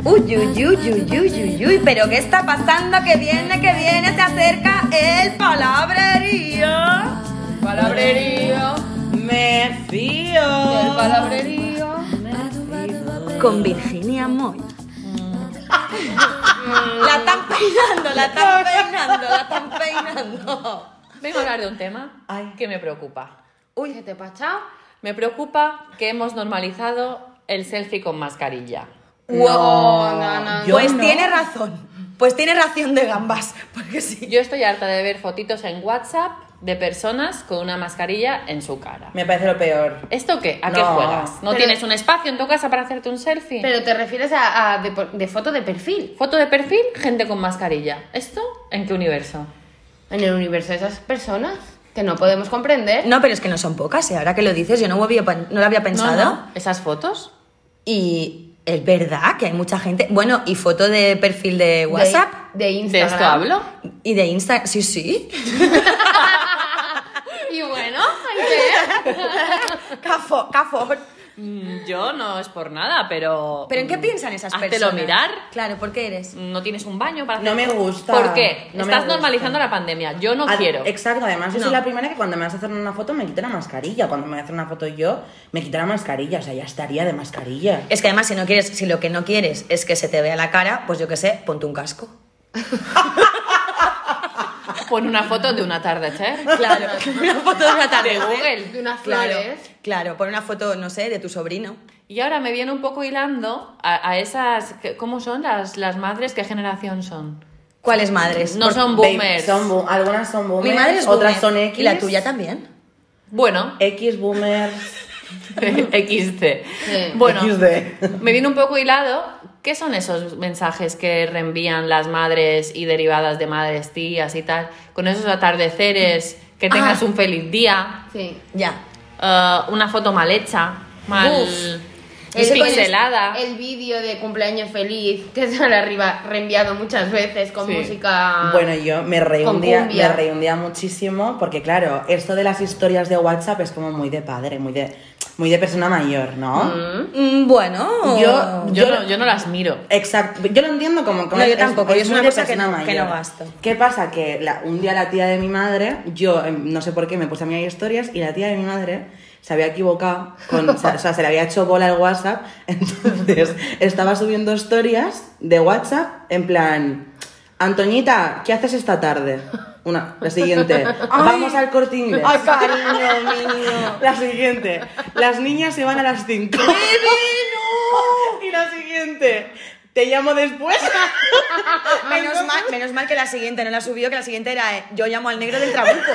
[SPEAKER 3] Uy, uy, uy, uy, uy, uy, uy, pero ¿qué está pasando? Que viene, que viene, se acerca el palabrerío.
[SPEAKER 2] Palabrerío,
[SPEAKER 4] Me fío.
[SPEAKER 2] el palabrerío.
[SPEAKER 3] Con Virginia Moy. La están peinando, la están peinando, la están peinando.
[SPEAKER 5] Vengo a hablar de un tema que me preocupa.
[SPEAKER 2] Uy, ¿qué te pachao?
[SPEAKER 5] Me preocupa que hemos normalizado el selfie con mascarilla.
[SPEAKER 2] No, no, no.
[SPEAKER 4] Yo
[SPEAKER 3] Pues
[SPEAKER 4] no.
[SPEAKER 3] tiene razón. Pues tiene ración de gambas. Porque sí.
[SPEAKER 5] Yo estoy harta de ver fotitos en WhatsApp de personas con una mascarilla en su cara.
[SPEAKER 4] Me parece lo peor.
[SPEAKER 5] ¿Esto qué? ¿A qué
[SPEAKER 4] No.
[SPEAKER 5] juegas? ¿No
[SPEAKER 2] Pero-
[SPEAKER 5] tienes un espacio en tu casa para hacerte un selfie?
[SPEAKER 2] Pero te refieres a, a de, por- de foto de perfil.
[SPEAKER 5] Foto de perfil, gente con mascarilla. ¿Esto en qué universo?
[SPEAKER 2] En el universo de esas personas que no podemos comprender.
[SPEAKER 3] No, pero es que no son pocas, ¿eh? ahora que lo dices, yo no, había pen- no lo había pensado.
[SPEAKER 5] No, no. ¿Esas fotos?
[SPEAKER 3] Y es verdad que hay mucha gente. Bueno, y foto de perfil de WhatsApp
[SPEAKER 2] De,
[SPEAKER 5] ¿De
[SPEAKER 2] de Instagram.
[SPEAKER 5] esto hablo?
[SPEAKER 3] y de Instagram. Sí, sí.
[SPEAKER 2] Y bueno, ahí te
[SPEAKER 3] Cafo, cafo.
[SPEAKER 5] Mm, Yo no es por nada, pero...
[SPEAKER 3] ¿Pero en qué piensan esas
[SPEAKER 5] Háztelo
[SPEAKER 3] personas?
[SPEAKER 5] mirar.
[SPEAKER 3] Claro, ¿por qué eres?
[SPEAKER 5] No tienes un baño para
[SPEAKER 4] No
[SPEAKER 5] hacer-
[SPEAKER 4] me gusta.
[SPEAKER 5] ¿Por qué?
[SPEAKER 4] No me
[SPEAKER 5] Estás
[SPEAKER 4] gusta.
[SPEAKER 5] normalizando la pandemia. Yo no
[SPEAKER 4] Ad-
[SPEAKER 5] quiero.
[SPEAKER 4] Exacto, además yo
[SPEAKER 5] No.
[SPEAKER 4] soy la primera que cuando me vas a hacer una foto me quita la mascarilla. Cuando me voy a hacer una foto yo, me quita la mascarilla. O sea, ya estaría de mascarilla.
[SPEAKER 3] Es que además, si no quieres, si lo que no quieres es que se te vea la cara, pues yo qué sé, ponte un casco.
[SPEAKER 5] Pon una foto de una atardecer.
[SPEAKER 3] Claro, una foto de una tarde.
[SPEAKER 5] De Google.
[SPEAKER 2] ves. De unas
[SPEAKER 3] Claro,
[SPEAKER 2] flores.
[SPEAKER 3] claro, pon una foto, no sé, de tu sobrino.
[SPEAKER 5] Y ahora me viene un poco hilando a, a esas... ¿Cómo son las, las madres? ¿Qué generación son?
[SPEAKER 3] ¿Cuáles madres?
[SPEAKER 5] No
[SPEAKER 3] Por-
[SPEAKER 5] son
[SPEAKER 4] Babe,
[SPEAKER 5] boomers.
[SPEAKER 4] son bo- algunas son boomers,
[SPEAKER 3] Mi madre es
[SPEAKER 4] otras
[SPEAKER 3] boomer.
[SPEAKER 4] son X.
[SPEAKER 3] ¿Y la tuya también?
[SPEAKER 5] Bueno,
[SPEAKER 4] X boomer.
[SPEAKER 5] XD.
[SPEAKER 2] Sí.
[SPEAKER 5] Bueno,
[SPEAKER 4] XD.
[SPEAKER 5] me viene un poco hilado. ¿Qué son esos mensajes que reenvían las madres y derivadas de madres, tías y tal? Con esos atardeceres, que tengas
[SPEAKER 3] Ah.
[SPEAKER 5] un feliz día,
[SPEAKER 2] Sí.
[SPEAKER 3] Ya.
[SPEAKER 5] eh, una foto mal hecha, mal
[SPEAKER 2] Uf.
[SPEAKER 5] es
[SPEAKER 2] con
[SPEAKER 5] pixelada.
[SPEAKER 2] El vídeo de cumpleaños feliz que sale arriba reenviado muchas veces con
[SPEAKER 5] Sí.
[SPEAKER 2] música.
[SPEAKER 4] Bueno, yo me reí,
[SPEAKER 2] Ah. Con
[SPEAKER 4] un día,
[SPEAKER 2] cumbia.
[SPEAKER 4] me reí un día muchísimo porque, claro, esto de las historias de WhatsApp es como muy de padre, muy de, muy de persona mayor, ¿no?
[SPEAKER 3] Mm, Bueno.
[SPEAKER 4] Yo-
[SPEAKER 5] yo,
[SPEAKER 4] yo-
[SPEAKER 5] no, yo no las miro.
[SPEAKER 4] Exacto, yo lo entiendo como... como
[SPEAKER 3] No, yo tampoco, yo es
[SPEAKER 4] muy
[SPEAKER 3] una
[SPEAKER 4] de
[SPEAKER 3] cosa que
[SPEAKER 4] persona
[SPEAKER 3] no- que
[SPEAKER 4] mayor.
[SPEAKER 3] no gasto.
[SPEAKER 4] ¿Qué pasa? Que la- un día la tía de mi madre, yo eh, no sé por qué me puse a mirar historias y la tía de mi madre se había equivocado, con, o, sea, o sea, se le había hecho bola el WhatsApp, entonces estaba subiendo historias de WhatsApp en plan, Antoñita, ¿qué haces esta tarde? Una, la siguiente, vamos al corte inglés.
[SPEAKER 3] Ay, cariño mío.
[SPEAKER 4] La siguiente, las niñas se van a las 5. Y la siguiente, te llamo después.
[SPEAKER 3] Menos mal, menos mal que la siguiente no la subió, que la siguiente era eh, yo llamo al negro del trabuco.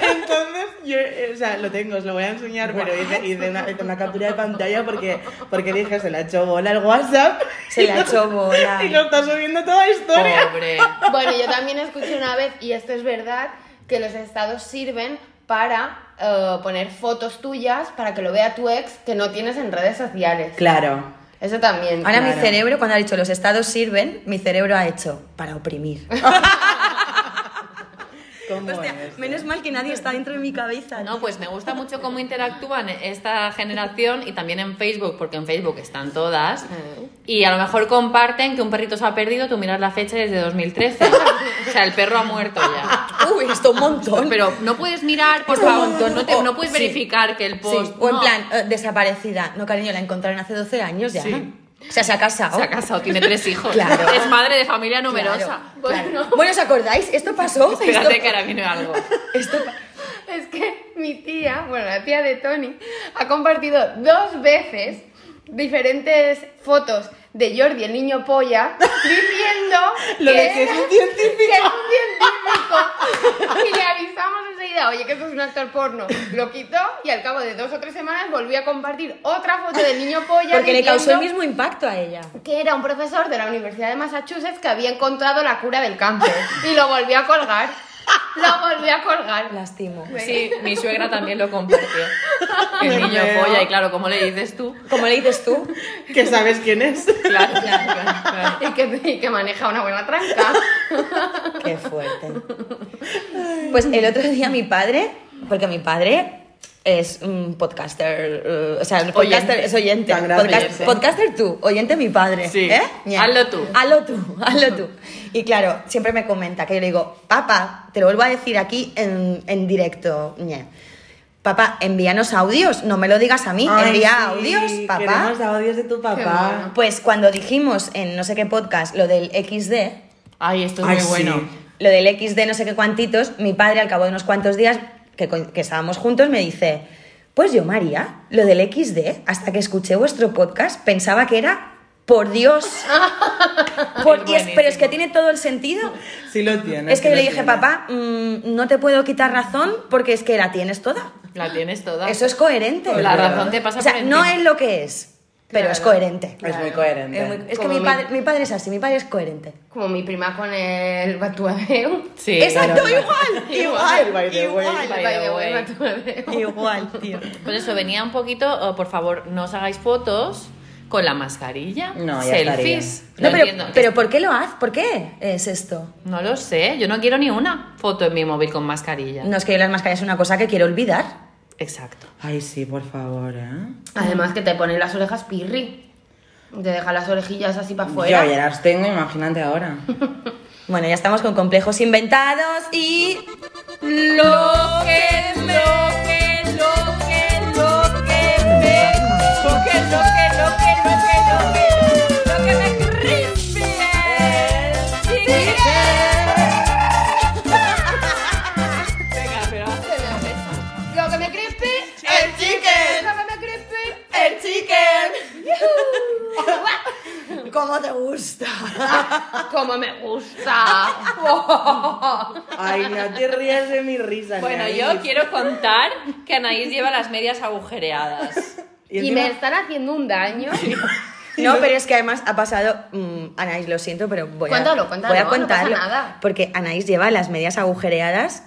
[SPEAKER 4] Entonces, yo, eh, o sea, lo tengo, os lo voy a enseñar, pero hice, hice una, hice una captura de pantalla porque, porque dije, se la ha hecho bola el WhatsApp.
[SPEAKER 3] Se
[SPEAKER 4] Y
[SPEAKER 3] la
[SPEAKER 4] lo-
[SPEAKER 3] ha hecho bola.
[SPEAKER 4] Y lo está subiendo toda la historia.
[SPEAKER 5] Pobre.
[SPEAKER 2] Bueno, yo también escuché una vez, y esto es verdad, que los estados sirven para eh, poner fotos tuyas para que lo vea tu ex que no tienes en redes
[SPEAKER 3] Oh.
[SPEAKER 2] sociales.
[SPEAKER 4] Claro.
[SPEAKER 2] Eso también.
[SPEAKER 3] Ahora mi
[SPEAKER 4] Claro.
[SPEAKER 3] cerebro, cuando ha dicho los estados sirven, mi cerebro ha hecho para oprimir.
[SPEAKER 4] ¿Cómo
[SPEAKER 3] Hostia,
[SPEAKER 4] es?
[SPEAKER 3] menos mal que nadie está dentro de mi cabeza.
[SPEAKER 5] No, pues me gusta mucho cómo interactúan esta generación y también en Facebook, porque en Facebook están todas. Y a lo mejor comparten que un perrito se ha perdido, tú miras la fecha desde 2013. o sea, el perro ha muerto ya.
[SPEAKER 3] Uy, esto un montón.
[SPEAKER 5] Pero no puedes mirar, por
[SPEAKER 3] Esto un
[SPEAKER 5] favor,
[SPEAKER 3] montón.
[SPEAKER 5] no, te- no
[SPEAKER 3] O-
[SPEAKER 5] puedes
[SPEAKER 3] sí.
[SPEAKER 5] verificar que el
[SPEAKER 3] Sí,
[SPEAKER 5] post...
[SPEAKER 3] o en
[SPEAKER 5] no,
[SPEAKER 3] plan, eh, desaparecida. No, cariño, la encontraron hace 12 años ya.
[SPEAKER 5] Sí.
[SPEAKER 3] O sea, se ha casado.
[SPEAKER 5] Se ha casado, tiene tres hijos.
[SPEAKER 3] "Oh". Claro.
[SPEAKER 5] Es madre de familia numerosa.
[SPEAKER 3] Claro,
[SPEAKER 2] Bueno.
[SPEAKER 3] claro. Bueno, ¿os acordáis? Esto pasó.
[SPEAKER 5] Espérate
[SPEAKER 3] esto-
[SPEAKER 5] que ahora viene algo.
[SPEAKER 2] Es que mi tía, bueno, la tía de Tony, ha compartido dos veces diferentes fotos de Jordi, el niño polla, diciendo
[SPEAKER 4] Lo
[SPEAKER 2] que,
[SPEAKER 4] de que es un científico.
[SPEAKER 2] que es un científico. Y le avisamos enseguida, oye, que esto es un actor porno. Lo quitó y al cabo de dos o tres semanas volvió a compartir otra foto del niño polla
[SPEAKER 3] Porque le causó el
[SPEAKER 2] diciendo
[SPEAKER 3] mismo impacto a ella.
[SPEAKER 2] que era un profesor de la Universidad de Massachusetts que había encontrado la cura del cáncer. Y lo volvió a colgar. Lo volvió a colgar.
[SPEAKER 3] Lastimo.
[SPEAKER 2] Pues
[SPEAKER 5] Sí, mi suegra también lo compartió. El niño
[SPEAKER 4] veo.
[SPEAKER 5] polla, y claro, ¿cómo le dices tú?
[SPEAKER 3] Como le dices tú.
[SPEAKER 4] Que sabes quién es.
[SPEAKER 5] Claro, claro, claro.
[SPEAKER 2] y que, y que maneja una buena tranca.
[SPEAKER 3] Qué fuerte. Pues el otro día mi padre, porque mi padre es un podcaster, eh, o sea, el
[SPEAKER 5] Oyente.
[SPEAKER 3] podcaster es oyente.
[SPEAKER 4] Tan grande,
[SPEAKER 3] Podcast-
[SPEAKER 5] oyente.
[SPEAKER 3] podcaster tú, oyente mi padre.
[SPEAKER 5] Sí.
[SPEAKER 3] ¿eh? Ña.
[SPEAKER 5] Hazlo tú.
[SPEAKER 3] Hazlo tú, hazlo tú. Y claro, siempre me comenta que yo le digo, papá, te lo vuelvo a decir aquí en, en directo. Ña. Papá, envíanos audios, no me lo digas a mí,
[SPEAKER 4] Ay,
[SPEAKER 3] envía
[SPEAKER 4] sí,
[SPEAKER 3] audios, papá.
[SPEAKER 4] Queremos audios de tu papá.
[SPEAKER 2] mono.
[SPEAKER 3] Pues cuando dijimos en no sé qué podcast lo del XD,
[SPEAKER 5] Ay, esto es
[SPEAKER 4] Ay,
[SPEAKER 5] muy
[SPEAKER 4] sí.
[SPEAKER 5] bueno.
[SPEAKER 3] lo del XD no sé qué cuantitos, mi padre al cabo de unos cuantos días que, co- que estábamos juntos me dice, pues yo María, lo del XD, hasta que escuché vuestro podcast, pensaba que era... Por Dios. Por-
[SPEAKER 5] Es
[SPEAKER 3] y es- pero es
[SPEAKER 5] buenísimo.
[SPEAKER 3] que tiene todo el sentido.
[SPEAKER 4] Sí lo tiene.
[SPEAKER 3] es que
[SPEAKER 4] sí
[SPEAKER 3] yo le
[SPEAKER 4] lo
[SPEAKER 3] dije,
[SPEAKER 4] tiene.
[SPEAKER 3] papá, mm, no te puedo quitar razón porque es que la tienes toda.
[SPEAKER 5] La tienes toda.
[SPEAKER 3] Eso es coherente.
[SPEAKER 5] La
[SPEAKER 3] ¿verdad?
[SPEAKER 5] razón te pasa
[SPEAKER 3] O sea,
[SPEAKER 5] por
[SPEAKER 3] no
[SPEAKER 5] encima.
[SPEAKER 3] es lo que es, pero es coherente.
[SPEAKER 4] Es muy coherente.
[SPEAKER 3] Es, muy- es que
[SPEAKER 2] Como
[SPEAKER 3] mi
[SPEAKER 2] mi-
[SPEAKER 3] padre, mi padre es así, mi padre es coherente.
[SPEAKER 2] Como mi prima con el Batuadeu.
[SPEAKER 5] Sí.
[SPEAKER 3] Exacto,
[SPEAKER 4] claro.
[SPEAKER 3] igual,
[SPEAKER 4] El
[SPEAKER 3] igual,
[SPEAKER 4] by the way.
[SPEAKER 3] igual,
[SPEAKER 5] By
[SPEAKER 2] By
[SPEAKER 5] the
[SPEAKER 2] the way,
[SPEAKER 5] way.
[SPEAKER 2] Batuadeu.
[SPEAKER 3] igual, tío.
[SPEAKER 5] Pues eso, venía un poquito, oh, por favor, no os hagáis fotos con la mascarilla.
[SPEAKER 4] No, ya
[SPEAKER 5] Selfies.
[SPEAKER 4] estaría.
[SPEAKER 5] No,
[SPEAKER 3] No, pero,
[SPEAKER 5] entiendo.
[SPEAKER 3] pero ¿por qué lo haces? ¿Por qué es esto?
[SPEAKER 5] No lo sé, yo no quiero ni una foto en mi móvil con mascarilla.
[SPEAKER 3] No es que yo las mascarillas es una cosa que quiero olvidar.
[SPEAKER 5] Exacto.
[SPEAKER 4] Ay, sí, por favor, ¿eh?
[SPEAKER 2] Además que te ponen las orejas pirri. Te deja las orejillas así para
[SPEAKER 4] Yo
[SPEAKER 2] afuera.
[SPEAKER 4] ya las tengo, imagínate ahora.
[SPEAKER 3] Bueno, ya estamos con complejos inventados y
[SPEAKER 5] Lo que, lo que, lo que, lo que me. Lo que, lo que, lo que, lo que, lo que, lo que me crispe. Venga, pero
[SPEAKER 2] Lo que me crispe, el chicken. Lo que me crispe.
[SPEAKER 3] el chicken. ¿Cómo te gusta?
[SPEAKER 2] Como me gusta.
[SPEAKER 4] Ay, no te rías de mi risa.
[SPEAKER 5] Bueno,
[SPEAKER 4] Anaís.
[SPEAKER 5] yo quiero contar que Anaís lleva las medias agujereadas.
[SPEAKER 2] y
[SPEAKER 4] encima-
[SPEAKER 2] me están haciendo un daño.
[SPEAKER 3] No, pero es que además ha pasado. mm, Anaís, lo siento, pero voy
[SPEAKER 2] Cuéntalo,
[SPEAKER 3] a.
[SPEAKER 2] cuéntalo,
[SPEAKER 3] voy a
[SPEAKER 2] no
[SPEAKER 3] contarlo.
[SPEAKER 2] pasa nada.
[SPEAKER 3] Porque Anaís lleva las medias agujereadas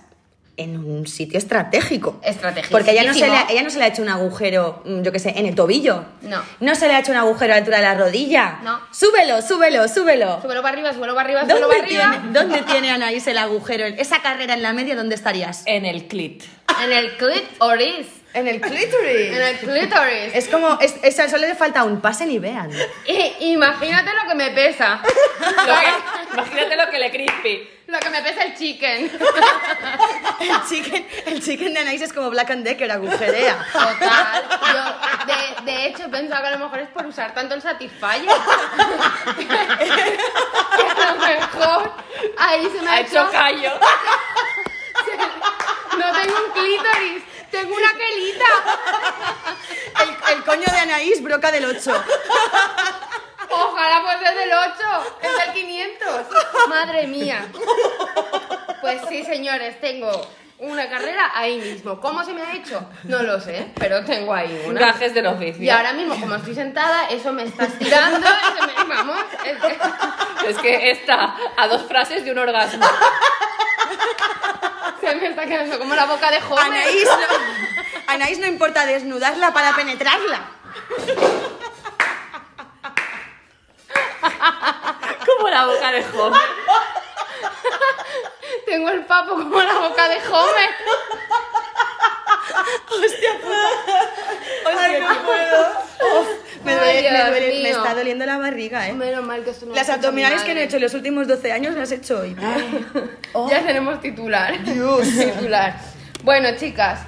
[SPEAKER 3] en un sitio estratégico.
[SPEAKER 2] Estratégico.
[SPEAKER 3] Porque ella no, se le, ha- ella no se le ha hecho un agujero, mm, yo qué sé, en el tobillo.
[SPEAKER 2] No.
[SPEAKER 3] No se le ha hecho un agujero a la altura de la rodilla.
[SPEAKER 2] No.
[SPEAKER 3] Súbelo, súbelo, súbelo.
[SPEAKER 2] Suelo para arriba, suelo para arriba, suelo
[SPEAKER 3] ¿Dónde
[SPEAKER 2] para arriba.
[SPEAKER 3] tiene, ¿Dónde tiene Anaís el agujero? En Esa carrera en la media, ¿dónde estarías?
[SPEAKER 5] En el clit.
[SPEAKER 2] En el clitoris.
[SPEAKER 3] En el clítoris.
[SPEAKER 2] En el clitoris.
[SPEAKER 3] Es como, es, es- solo le falta un pasen y vean.
[SPEAKER 2] I- imagínate lo que me pesa.
[SPEAKER 5] Lo que- imagínate lo que le crispy.
[SPEAKER 2] Lo que me pesa el chicken.
[SPEAKER 3] El chicken, el chicken de Anaís es como Black and Decker, agujerea.
[SPEAKER 2] Total. Yo, de, de hecho, he pensado que a lo mejor es por usar tanto el Satisfyer. a lo mejor ahí se me ha
[SPEAKER 5] Ha
[SPEAKER 2] hecho.
[SPEAKER 5] hecho callo.
[SPEAKER 2] No tengo un clítoris, tengo una quelita.
[SPEAKER 3] El, el coño de Anaís, broca del 8.
[SPEAKER 2] Ojalá fuese del 8, es del 500. Madre mía. Pues sí, señores, tengo una carrera ahí mismo. ¿Cómo se me ha hecho? No lo sé, pero tengo ahí una.
[SPEAKER 5] Gajes del oficio.
[SPEAKER 2] Y ahora mismo, como estoy sentada, eso me está estirando. y se me- vamos, es que-
[SPEAKER 5] Es que está a dos frases de un orgasmo.
[SPEAKER 2] se me está quedando como la boca de joven.
[SPEAKER 3] Anaís no, Anaís no importa desnudarla para penetrarla.
[SPEAKER 5] Como la boca de joven.
[SPEAKER 2] Tengo el papo como la boca de joven.
[SPEAKER 3] Ay, no puedo. me,
[SPEAKER 2] Ay,
[SPEAKER 3] duele- me
[SPEAKER 2] Dios
[SPEAKER 3] duele- me
[SPEAKER 2] mío.
[SPEAKER 3] está doliendo la barriga, ¿eh?
[SPEAKER 2] Menos mal que esto no
[SPEAKER 3] Las
[SPEAKER 2] lo ha hecho mi
[SPEAKER 3] abdominales que han
[SPEAKER 2] madre.
[SPEAKER 3] hecho Oh. en los últimos 12 años las he hecho hoy.
[SPEAKER 2] Ya tenemos titular. titular. Bueno, chicas,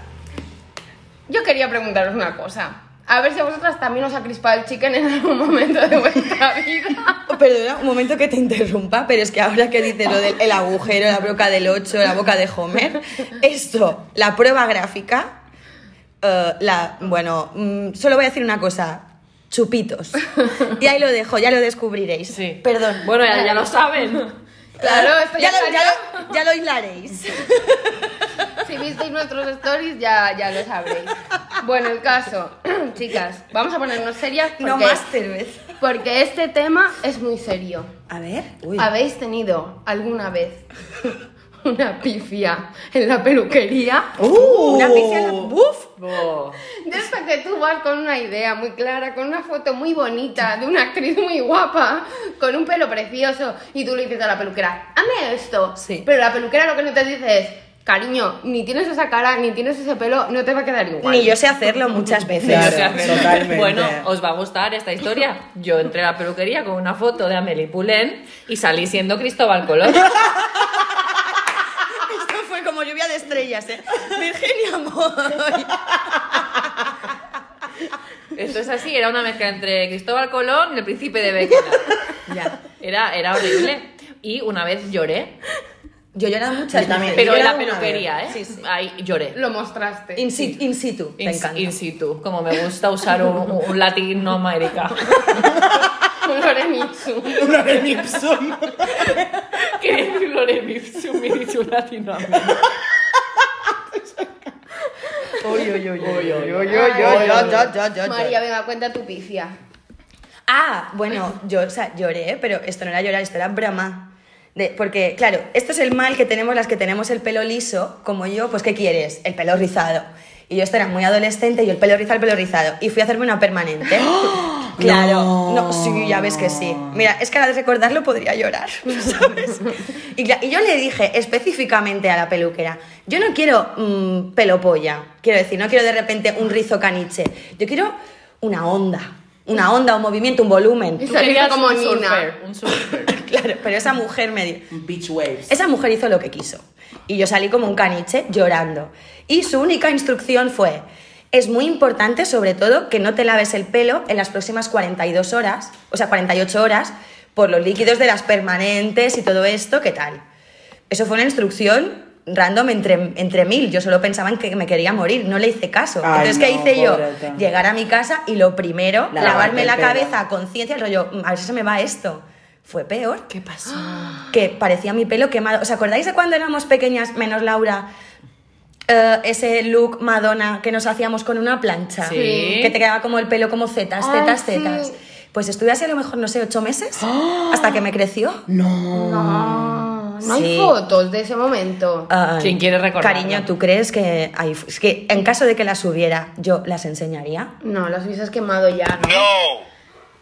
[SPEAKER 2] yo quería preguntaros una cosa. A ver si a vosotras también os ha crispado el chicken en algún momento de vuestra vida.
[SPEAKER 3] Perdona, un momento que te interrumpa, pero es que ahora que dices lo del el agujero, la broca del 8, la boca de Homer, esto, la prueba gráfica, eh, la, bueno, mm, solo voy a decir una cosa, chupitos. Y ahí lo dejo, ya lo descubriréis.
[SPEAKER 5] Sí.
[SPEAKER 3] Perdón. Eh,
[SPEAKER 5] Bueno, ya, ya lo saben.
[SPEAKER 2] Claro, esto
[SPEAKER 3] ya,
[SPEAKER 2] ya,
[SPEAKER 3] lo,
[SPEAKER 2] salió.
[SPEAKER 3] ya lo- ya lo hilaréis.
[SPEAKER 2] Si visteis nuestros stories ya, ya lo sabréis. Bueno, el caso, chicas, vamos a ponernos serias porque,
[SPEAKER 3] No más cerveza.
[SPEAKER 2] porque este tema es muy serio.
[SPEAKER 3] A ver. Uy.
[SPEAKER 2] ¿Habéis tenido alguna vez una pifia en la peluquería?
[SPEAKER 4] ¡Uh!
[SPEAKER 3] Una pizza. ¡Buf!
[SPEAKER 5] Bo.
[SPEAKER 2] De esta que tú vas con una idea muy clara, con una foto muy bonita, de una actriz muy guapa, con un pelo precioso, y tú le dices a la peluquera, hazme esto.
[SPEAKER 3] Sí.
[SPEAKER 2] Pero la peluquera lo que no te dice es, cariño, ni tienes esa cara, ni tienes ese pelo, no te va a quedar igual.
[SPEAKER 3] Ni yo sé hacerlo muchas veces.
[SPEAKER 4] Claro,
[SPEAKER 5] O sea, que-
[SPEAKER 4] totalmente.
[SPEAKER 5] Bueno, os va a gustar esta historia. Yo entré a la peluquería con una foto de Amélie Poulain y salí siendo Cristóbal Colón.
[SPEAKER 3] Esto fue como lluvia de estrellas, ¿eh? Virginia Moy.
[SPEAKER 5] Esto es así, era una mezcla entre Cristóbal Colón y el príncipe de Bécquera.
[SPEAKER 3] Ya.
[SPEAKER 5] Era, era horrible. Y una vez lloré,
[SPEAKER 3] Yo he llorado muchas
[SPEAKER 4] Yo también.
[SPEAKER 3] veces.
[SPEAKER 5] pero en la
[SPEAKER 4] una
[SPEAKER 5] peluquería, ¿eh? Ahí lloré.
[SPEAKER 2] Lo mostraste.
[SPEAKER 3] In situ, in situ, te
[SPEAKER 5] In,
[SPEAKER 3] encanta.
[SPEAKER 5] in situ, como me gusta usar un, un latinoamérica.
[SPEAKER 2] Un Loremitsu.
[SPEAKER 4] Una de Nipsum.
[SPEAKER 5] Que decir Lorenzo, me dice un latinoamérica.
[SPEAKER 4] Uy, uy, uy, uy, uy, uy.
[SPEAKER 3] Yo, yo, yo,
[SPEAKER 2] Ay,
[SPEAKER 3] yo, yo, yo, yo.
[SPEAKER 2] María, venga, cuenta tu pifia.
[SPEAKER 3] Ah, bueno, yo o sea, lloré, pero esto no era llorar, esto era brama. De- porque, claro, esto es el mal que tenemos las que tenemos el pelo liso, como yo, pues ¿qué quieres? El pelo rizado. Y yo esto era muy adolescente y el pelo rizado, el pelo rizado. Y fui a hacerme una permanente. claro,
[SPEAKER 4] No.
[SPEAKER 3] no. sí, ya ves que sí. Mira, es que ahora de recordarlo podría llorar, ¿sabes? Y, cla- y yo le dije específicamente a la peluquera, yo no quiero mm, pelo polla, quiero decir, no quiero de repente un rizo caniche, yo quiero una onda, una onda, un movimiento, un volumen.
[SPEAKER 2] Tú saliste
[SPEAKER 5] querías
[SPEAKER 2] como
[SPEAKER 5] un
[SPEAKER 2] Nina.
[SPEAKER 5] surfer, un surfer.
[SPEAKER 3] Claro, pero esa mujer me dijo,
[SPEAKER 4] Beach waves.
[SPEAKER 3] esa mujer hizo lo que quiso. Y yo salí como un caniche llorando. Y su única instrucción fue, es muy importante sobre todo que no te laves el pelo en las próximas 42 horas, o sea, 48 horas, por los líquidos de las permanentes y todo esto, ¿qué tal? Eso fue una instrucción random entre, entre mil. Yo solo pensaba en que me quería morir, no le hice caso.
[SPEAKER 4] Ay,
[SPEAKER 3] Entonces, ¿qué
[SPEAKER 4] no,
[SPEAKER 3] hice yo?
[SPEAKER 4] pobreta.
[SPEAKER 3] Llegar a mi casa y lo primero,
[SPEAKER 4] Lavarte
[SPEAKER 3] lavarme
[SPEAKER 4] el
[SPEAKER 3] la
[SPEAKER 4] pelo.
[SPEAKER 3] cabeza a conciencia, el rollo, "Mm, a ver si se me va esto. Fue peor
[SPEAKER 5] ¿Qué pasó?
[SPEAKER 3] que parecía mi pelo quemado. ¿Os acordáis de cuando éramos pequeñas, menos Laura? eh, ese look Madonna que nos hacíamos con una plancha.
[SPEAKER 5] Sí.
[SPEAKER 3] Que te quedaba como el pelo como zetas,
[SPEAKER 2] Ay,
[SPEAKER 3] zetas,
[SPEAKER 2] sí.
[SPEAKER 3] zetas. Pues estuve así a lo mejor, no sé, ocho meses. Hasta que me creció.
[SPEAKER 4] No.
[SPEAKER 2] Ah, No, no hay
[SPEAKER 3] Ah, Sí.
[SPEAKER 2] fotos de ese momento.
[SPEAKER 3] Ay,
[SPEAKER 5] ¿Quién quiere recordarlo?
[SPEAKER 3] Cariño, ¿tú crees que hay... Es que en caso de que las hubiera, yo las enseñaría?
[SPEAKER 2] No, las hubieses quemado ya, ¿no?
[SPEAKER 1] No.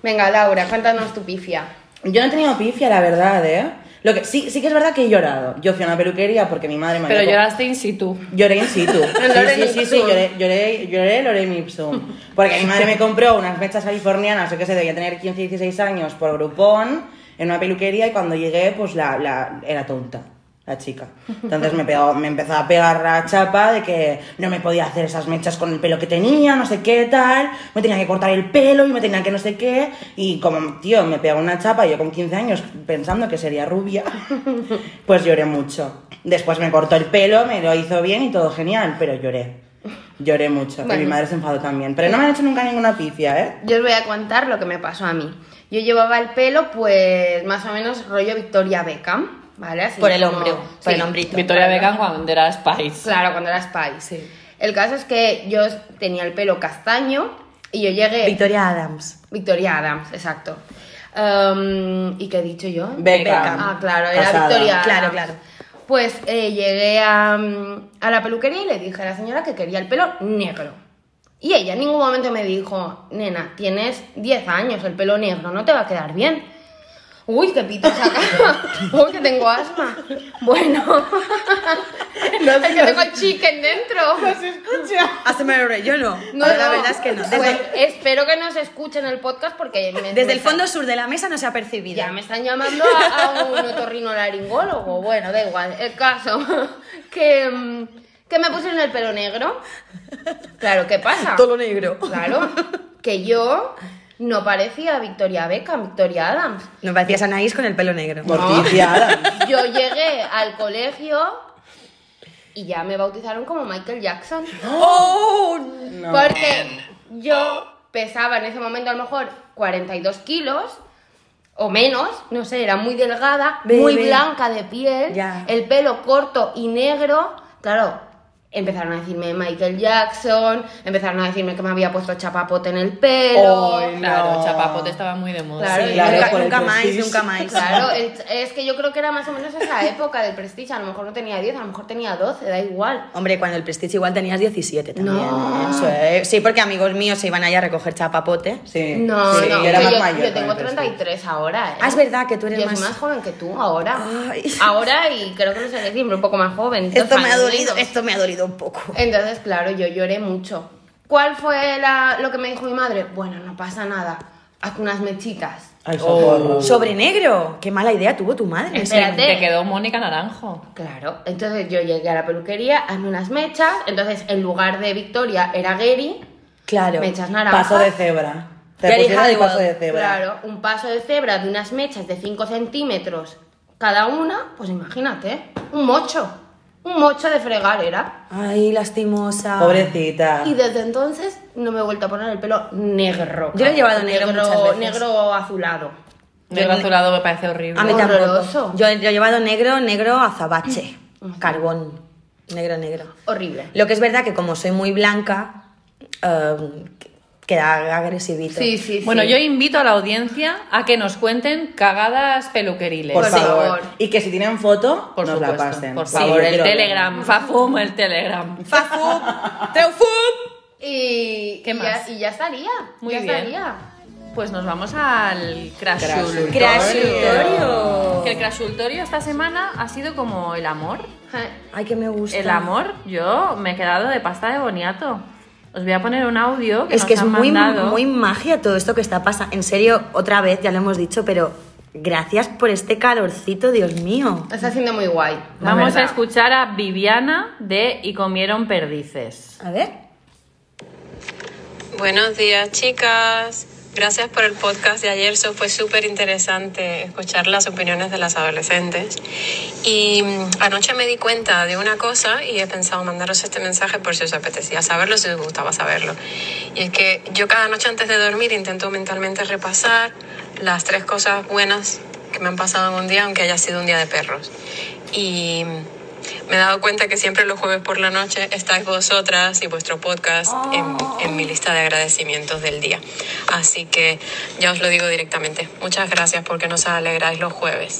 [SPEAKER 2] Venga, Laura, cuéntanos tu pifia.
[SPEAKER 4] Yo no he tenido pifia, la verdad, ¿eh? Lo que, sí, sí que es verdad que he llorado. Yo fui a una peluquería porque mi madre me
[SPEAKER 5] Pero
[SPEAKER 4] había co-
[SPEAKER 5] lloraste in situ.
[SPEAKER 4] Lloré in situ.
[SPEAKER 2] Lorem
[SPEAKER 4] Sí, sí, sí, sí,
[SPEAKER 2] ipsum.
[SPEAKER 4] lloré, lloré, lloré Lorem Ipsum. Porque mi madre me compró unas mechas californianas, yo que sé, debía tener 15, 16 años, por grupón, en una peluquería, y cuando llegué, pues la, la- era tonta, la chica. Entonces me, pegó, me empezó a pegar la chapa de que no me podía hacer esas mechas con el pelo que tenía, no sé qué, tal, me tenía que cortar el pelo y me tenía que no sé qué, y como, tío, me pegó una chapa, yo con 15 años, pensando que sería rubia, pues lloré mucho. Después me cortó el pelo, me lo hizo bien y todo genial, pero lloré. Lloré mucho. Y
[SPEAKER 2] Bueno.
[SPEAKER 4] mi madre se enfadó también. Pero no me han hecho nunca ninguna pifia, ¿eh?
[SPEAKER 2] Yo os voy a contar lo que me pasó a mí. Yo llevaba el pelo, pues, más o menos rollo Victoria Beckham, ¿vale? Así
[SPEAKER 3] por el
[SPEAKER 2] como-
[SPEAKER 3] hombre, por el
[SPEAKER 2] sí.
[SPEAKER 3] hombrito.
[SPEAKER 5] Victoria Beckham cuando era Spice.
[SPEAKER 2] Claro, cuando era Spice. El caso es que yo tenía el pelo castaño y yo llegué...
[SPEAKER 3] Victoria Adams.
[SPEAKER 2] Victoria Adams, exacto. Em, ¿Y qué he dicho yo?
[SPEAKER 4] Beckham.
[SPEAKER 2] Ah, claro, era
[SPEAKER 4] Casada.
[SPEAKER 2] Victoria.
[SPEAKER 3] Claro,
[SPEAKER 2] Adams.
[SPEAKER 3] claro.
[SPEAKER 2] Pues eh, llegué a, mm, a la peluquería y le dije a la señora que quería el pelo negro. Y ella en ningún momento me dijo, nena, tienes 10 años, el pelo negro no te va a quedar bien. Uy, qué pito saca. Uy, que tengo asma. Bueno, es que tengo chicken dentro.
[SPEAKER 3] Hazme reír, yo no.
[SPEAKER 2] No,
[SPEAKER 3] la
[SPEAKER 2] no.
[SPEAKER 3] verdad es que no. Desde,
[SPEAKER 2] Pues, espero que nos escuchen el podcast porque me-
[SPEAKER 3] desde
[SPEAKER 2] me
[SPEAKER 3] el
[SPEAKER 2] está-
[SPEAKER 3] fondo sur de la mesa no se ha percibido.
[SPEAKER 2] Ya me están llamando a, a un otorrinolaringólogo. Bueno, da igual. El caso que, mm, que me pusieron el pelo negro. Claro, ¿qué pasa?
[SPEAKER 3] Todo negro.
[SPEAKER 2] Claro, que yo no parecía Victoria Beckham, Victoria Adams.
[SPEAKER 3] Nos parecías Anaís con el pelo negro.
[SPEAKER 4] Morticia Adams.
[SPEAKER 2] Yo llegué al colegio y ya me bautizaron como Michael Jackson.
[SPEAKER 3] ¡Oh!
[SPEAKER 4] No.
[SPEAKER 2] Porque yo pesaba en ese momento a lo mejor 42 kilos o menos, no sé, era muy delgada,
[SPEAKER 3] Bebé.
[SPEAKER 2] muy blanca de piel,
[SPEAKER 3] Ya.
[SPEAKER 2] el pelo corto y negro, claro. empezaron a decirme Michael Jackson, empezaron a decirme que me había puesto chapapote en el pelo.
[SPEAKER 4] Ay,
[SPEAKER 5] Claro,
[SPEAKER 4] No.
[SPEAKER 5] chapapote estaba muy de moda.
[SPEAKER 2] Oh, Claro,
[SPEAKER 5] sí.
[SPEAKER 2] y
[SPEAKER 4] claro,
[SPEAKER 2] nunca-
[SPEAKER 4] por el
[SPEAKER 3] nunca más,
[SPEAKER 4] prestige.
[SPEAKER 3] nunca más.
[SPEAKER 2] Claro, el- es que yo creo que era más o menos esa época del Prestige. A lo mejor no tenía 10, a lo mejor tenía 12, da igual.
[SPEAKER 3] Hombre, cuando el Prestige igual tenías 17 también.
[SPEAKER 2] No.
[SPEAKER 3] Eso es. Sí, porque amigos míos se iban allá a recoger chapapote.
[SPEAKER 4] Sí,
[SPEAKER 2] No,
[SPEAKER 4] sí,
[SPEAKER 2] no,
[SPEAKER 4] yo era
[SPEAKER 2] que
[SPEAKER 4] más
[SPEAKER 2] yo,
[SPEAKER 4] mayor.
[SPEAKER 2] yo tengo
[SPEAKER 4] con el
[SPEAKER 2] 33 ahora. ¿eh?
[SPEAKER 3] Ah, es verdad que tú eres
[SPEAKER 2] Yo
[SPEAKER 3] más-
[SPEAKER 2] soy más joven que tú ahora.
[SPEAKER 3] Ay.
[SPEAKER 2] Ahora y creo que no sé decir, pero un poco más joven. dos
[SPEAKER 3] Esto me ha
[SPEAKER 2] años
[SPEAKER 3] dolido,
[SPEAKER 2] menos.
[SPEAKER 3] esto me ha dolido un poco.
[SPEAKER 2] Entonces, claro, yo lloré mucho. ¿Cuál fue la- lo que me dijo mi madre? Bueno, no pasa nada. Haz unas mechitas.
[SPEAKER 4] Ay, socorro.
[SPEAKER 3] Oh, Sobre negro. Qué mala idea tuvo tu madre.
[SPEAKER 5] Sí,
[SPEAKER 2] Espérate.
[SPEAKER 5] Te quedó Mónica Naranjo.
[SPEAKER 2] Claro, entonces yo llegué a la peluquería, hazme unas mechas. Entonces, en lugar de Victoria era Gary,
[SPEAKER 3] Claro.
[SPEAKER 2] mechas naranjas.
[SPEAKER 4] Paso de cebra. Te
[SPEAKER 3] Gary
[SPEAKER 4] pusieron el
[SPEAKER 3] Halliwell,
[SPEAKER 4] paso de cebra.
[SPEAKER 2] Claro, un paso de cebra de unas mechas de 5 centímetros cada una, pues imagínate, un mocho. Un mocho de fregar era.
[SPEAKER 3] Ay, lastimosa.
[SPEAKER 4] Pobrecita.
[SPEAKER 2] Y desde entonces no me he vuelto a poner el pelo negro.
[SPEAKER 3] Yo lo he llevado negro muchas veces.
[SPEAKER 2] Negro azulado.
[SPEAKER 5] Negro azulado me parece horrible.
[SPEAKER 3] A mí
[SPEAKER 2] Horroroso. Mm.
[SPEAKER 3] tampoco. Yo, yo he llevado negro, negro azabache. Carbón. Negro, negro.
[SPEAKER 2] Horrible.
[SPEAKER 3] Lo que es verdad que como soy muy blanca, eh, queda agresivito.
[SPEAKER 2] Sí, sí, sí.
[SPEAKER 5] Bueno, yo invito a la audiencia a que nos cuenten cagadas peluqueriles.
[SPEAKER 4] Por
[SPEAKER 2] Por
[SPEAKER 4] favor.
[SPEAKER 2] favor.
[SPEAKER 4] Y que si tienen foto,
[SPEAKER 5] Por
[SPEAKER 4] nos
[SPEAKER 5] supuesto.
[SPEAKER 4] la pasen.
[SPEAKER 5] Por
[SPEAKER 4] Sí, yo
[SPEAKER 5] favor, el
[SPEAKER 4] quiero ver.
[SPEAKER 5] Telegram. Fafum, el Telegram.
[SPEAKER 3] Fafu, Treufu.
[SPEAKER 2] Y,
[SPEAKER 5] ¿Qué
[SPEAKER 2] y
[SPEAKER 5] más?
[SPEAKER 2] Ya, y ya estaría.
[SPEAKER 5] Muy
[SPEAKER 2] ya
[SPEAKER 5] bien.
[SPEAKER 2] Estaría.
[SPEAKER 5] Pues nos vamos al crashultorio.
[SPEAKER 3] Crashultorio.
[SPEAKER 5] Que el crashultorio esta semana ha sido como el amor.
[SPEAKER 2] Ja.
[SPEAKER 3] Ay, que me gusta.
[SPEAKER 5] El amor, yo me he quedado de pasta de boniato. Os voy a poner un audio que
[SPEAKER 3] Es
[SPEAKER 5] nos
[SPEAKER 3] que es
[SPEAKER 5] han
[SPEAKER 3] muy,
[SPEAKER 5] mandado.
[SPEAKER 3] muy magia todo esto que está pasando. En serio, otra vez, ya lo hemos dicho, pero gracias por este calorcito, Dios mío.
[SPEAKER 2] Está siendo muy guay. la
[SPEAKER 5] Vamos a
[SPEAKER 2] verdad.
[SPEAKER 5] escuchar a Viviana de Y comieron perdices.
[SPEAKER 3] A ver.
[SPEAKER 6] Buenos días, chicas. Gracias por el podcast de ayer. Eso fue súper interesante escuchar las opiniones de las adolescentes. Y mm, anoche me di cuenta de una cosa y he pensado mandaros este mensaje por si os apetecía saberlo, si os gustaba saberlo. Y es que yo cada noche antes de dormir intento mentalmente repasar las tres cosas buenas que me han pasado en un día, aunque haya sido un día de perros. Y mm, me he dado cuenta que siempre los jueves por la noche estáis vosotras y vuestro podcast en, en mi lista de agradecimientos del día. Así que ya os lo digo directamente. Muchas gracias porque nos alegráis los jueves.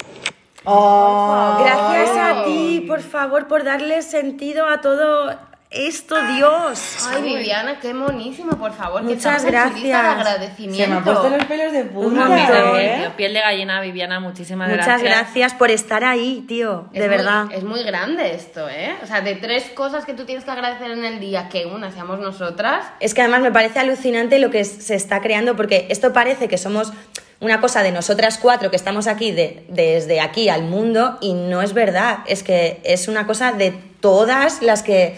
[SPEAKER 4] Oh,
[SPEAKER 3] Gracias a ti, por favor, por darle sentido a todo esto, Dios.
[SPEAKER 2] Ay, Viviana, qué monísimo, por favor. que
[SPEAKER 3] Muchas
[SPEAKER 2] estamos en su lista de
[SPEAKER 3] gracias.
[SPEAKER 4] se me
[SPEAKER 2] agradecimiento.
[SPEAKER 4] han puesto los pelos de
[SPEAKER 5] A mí
[SPEAKER 4] punta,
[SPEAKER 5] también,
[SPEAKER 4] ¿eh?
[SPEAKER 5] tío. Piel de gallina, Viviana, muchísimas
[SPEAKER 3] Muchas gracias por estar ahí, tío,
[SPEAKER 2] Es
[SPEAKER 3] de
[SPEAKER 2] muy-
[SPEAKER 3] verdad.
[SPEAKER 2] Es muy grande esto, ¿eh? O sea, de tres cosas que tú tienes que agradecer en el día, que una seamos nosotras.
[SPEAKER 3] Es que además me parece alucinante lo que es- se está creando, porque esto parece que somos una cosa de nosotras cuatro que estamos aquí de- desde aquí al mundo y no es verdad. Es que es una cosa de todas las que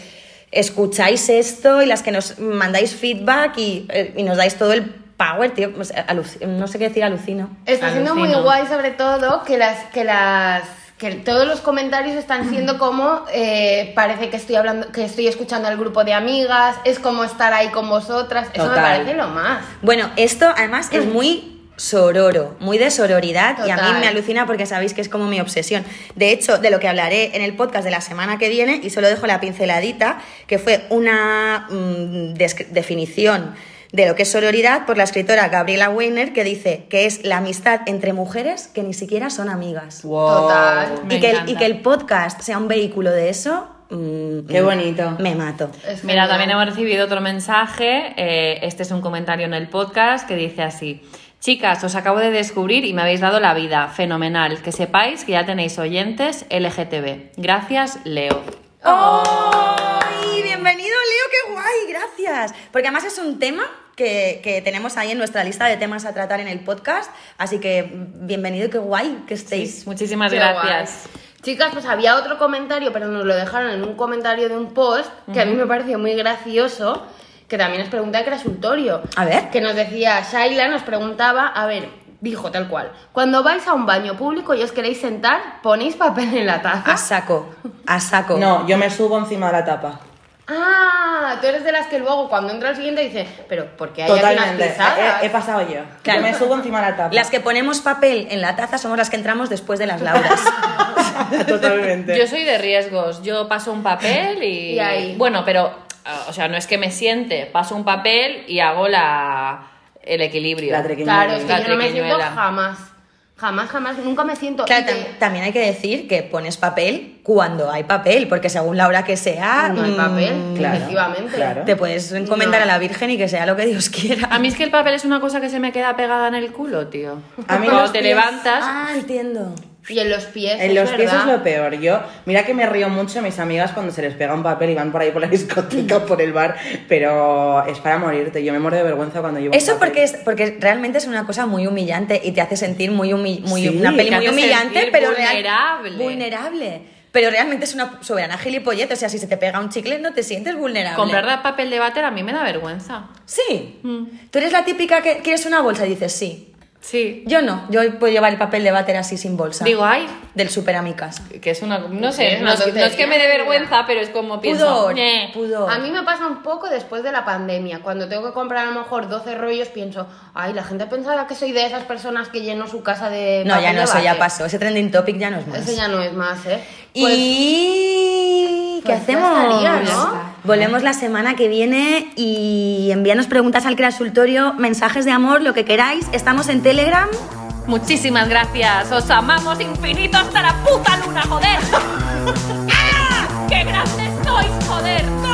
[SPEAKER 3] escucháis esto y las que nos mandáis feedback y, eh, y nos dais todo el power, tío. O sea, aluc- no sé qué decir, alucino.
[SPEAKER 2] Está siendo muy
[SPEAKER 5] Alucino.
[SPEAKER 2] guay, sobre todo, que las. que las que todos los comentarios están siendo como eh, parece que estoy hablando que estoy escuchando al grupo de amigas es como estar ahí con vosotras eso me
[SPEAKER 4] Total.
[SPEAKER 2] parece lo más
[SPEAKER 3] Bueno, esto además es muy sororo, muy de sororidad y a mí
[SPEAKER 2] Total.
[SPEAKER 3] me alucina porque sabéis que es como mi obsesión. De hecho, de lo que hablaré en el podcast de la semana que viene y solo dejo la pinceladita, que fue una mm, descri- definición de lo que es sororidad por la escritora Gabriela Weiner que dice que es la amistad entre mujeres que ni siquiera son amigas.
[SPEAKER 4] Wow.
[SPEAKER 2] total
[SPEAKER 5] Me
[SPEAKER 3] Y que, el, y
[SPEAKER 5] encanta.
[SPEAKER 3] que el podcast sea un vehículo de eso. mm,
[SPEAKER 4] Qué
[SPEAKER 3] mm,
[SPEAKER 4] bonito.
[SPEAKER 3] Me mato.
[SPEAKER 2] Es
[SPEAKER 5] Mira,
[SPEAKER 2] genial.
[SPEAKER 5] también hemos recibido otro mensaje. eh, este es un comentario en el podcast que dice así. Chicas, os acabo de descubrir y me habéis dado la vida. Fenomenal. Que sepáis que ya tenéis oyentes LGTB. Gracias, Leo.
[SPEAKER 3] ¡Ay! Bienvenido, Leo, qué guay, gracias. Porque además es un tema que, que tenemos ahí en nuestra lista de temas a tratar en el podcast. Así que mm, bienvenido y qué guay que estéis.
[SPEAKER 5] Muchísimas
[SPEAKER 2] Qué
[SPEAKER 5] gracias.
[SPEAKER 2] guay. Chicas, pues había otro comentario, pero nos lo dejaron en un comentario de un post que a mí me pareció muy gracioso, que también nos pregunta el crashultorio.
[SPEAKER 3] A ver.
[SPEAKER 2] Que nos decía, Shaila nos preguntaba, a ver, dijo tal cual, cuando vais a un baño público y os queréis sentar, ponéis papel en la taza.
[SPEAKER 3] A saco, a saco.
[SPEAKER 4] No, yo me subo encima de la tapa.
[SPEAKER 2] Ah, tú eres de las que luego cuando entra el siguiente dice, pero porque hay aquí
[SPEAKER 4] Totalmente.
[SPEAKER 2] unas pisadas.
[SPEAKER 4] He, he pasado yo.
[SPEAKER 3] Claro.
[SPEAKER 4] Yo me subo encima de la tapa.
[SPEAKER 3] Las que ponemos papel en la taza somos las que entramos después de las lauras.
[SPEAKER 4] Totalmente.
[SPEAKER 5] Yo soy de riesgos. Yo paso un papel y.
[SPEAKER 2] Y ahí.
[SPEAKER 5] Bueno, pero. ah, O sea, no es que me siente. Paso un papel y hago la. El equilibrio.
[SPEAKER 4] La trequiñuela.
[SPEAKER 2] Claro, es que
[SPEAKER 5] La
[SPEAKER 2] yo no me siento
[SPEAKER 5] triquiñuela.
[SPEAKER 2] jamás. Jamás, jamás, nunca me siento.
[SPEAKER 3] Claro,
[SPEAKER 2] y te-
[SPEAKER 3] tam- también hay que decir que pones papel cuando hay papel, porque según la hora que sea,
[SPEAKER 2] no hay
[SPEAKER 3] mm,
[SPEAKER 2] papel,
[SPEAKER 4] claro,
[SPEAKER 2] efectivamente.
[SPEAKER 4] claro.
[SPEAKER 3] te puedes encomendar
[SPEAKER 2] No.
[SPEAKER 3] a la Virgen y que sea lo que Dios quiera.
[SPEAKER 5] A mí es que el papel es una cosa que se me queda pegada en el culo, tío.
[SPEAKER 4] A mí
[SPEAKER 5] Cuando
[SPEAKER 4] los
[SPEAKER 5] te
[SPEAKER 4] pies-
[SPEAKER 5] levantas.
[SPEAKER 3] Ah, entiendo.
[SPEAKER 2] Y en los pies.
[SPEAKER 4] En los pies es
[SPEAKER 2] verdad.
[SPEAKER 4] lo peor. Yo, mira que me río mucho mis amigas cuando se les pega un papel y van por ahí por la discoteca o por el bar, pero es para morirte. Yo me muero de vergüenza cuando llevo. un
[SPEAKER 3] Eso
[SPEAKER 4] papel.
[SPEAKER 3] porque es porque realmente es una cosa muy humillante y te hace sentir muy humi- muy
[SPEAKER 4] Sí,
[SPEAKER 3] una peli
[SPEAKER 5] te
[SPEAKER 3] muy
[SPEAKER 5] hace
[SPEAKER 3] humillante,
[SPEAKER 5] sentir
[SPEAKER 3] pero real-
[SPEAKER 5] vulnerable.
[SPEAKER 3] vulnerable. Pero realmente es una soberana gilipollez, o sea, si se te pega un chicle no te sientes vulnerable.
[SPEAKER 5] Comprar da- papel de váter a mí me da vergüenza.
[SPEAKER 3] Sí. Tú eres la típica que quieres una bolsa y dices sí.
[SPEAKER 5] Sí.
[SPEAKER 3] Yo no, yo puedo llevar el papel de váter así sin bolsa.
[SPEAKER 5] Digo, ay,
[SPEAKER 3] del súper a mi casa.
[SPEAKER 5] que es una. No
[SPEAKER 2] Sí,
[SPEAKER 5] sé,
[SPEAKER 2] es
[SPEAKER 5] no,
[SPEAKER 2] una
[SPEAKER 5] es, no es que
[SPEAKER 2] tontería.
[SPEAKER 5] me dé vergüenza, pero es como pienso.
[SPEAKER 3] Pudor,
[SPEAKER 5] "Ñe".
[SPEAKER 3] pudor.
[SPEAKER 2] A mí me pasa un poco después de la pandemia. Cuando tengo que comprar a lo mejor 12 rollos, pienso, ay, la gente pensará que soy de esas personas que lleno su casa de.
[SPEAKER 3] no, ya
[SPEAKER 2] papel
[SPEAKER 3] no,
[SPEAKER 2] de
[SPEAKER 3] eso ya
[SPEAKER 2] váter".
[SPEAKER 3] pasó. Ese trending topic ya no es más.
[SPEAKER 2] Eso ya no es más, ¿eh?
[SPEAKER 3] y... ¿Qué
[SPEAKER 2] pues ya
[SPEAKER 3] hacemos?
[SPEAKER 2] estaría, ¿no?
[SPEAKER 3] Volvemos la semana que viene y envíanos preguntas al Creasultorio, mensajes de amor, lo que queráis. Estamos en Telegram.
[SPEAKER 5] Muchísimas gracias. Os amamos infinito hasta la puta luna, joder. ¡Ah! ¡Qué grandes sois, joder!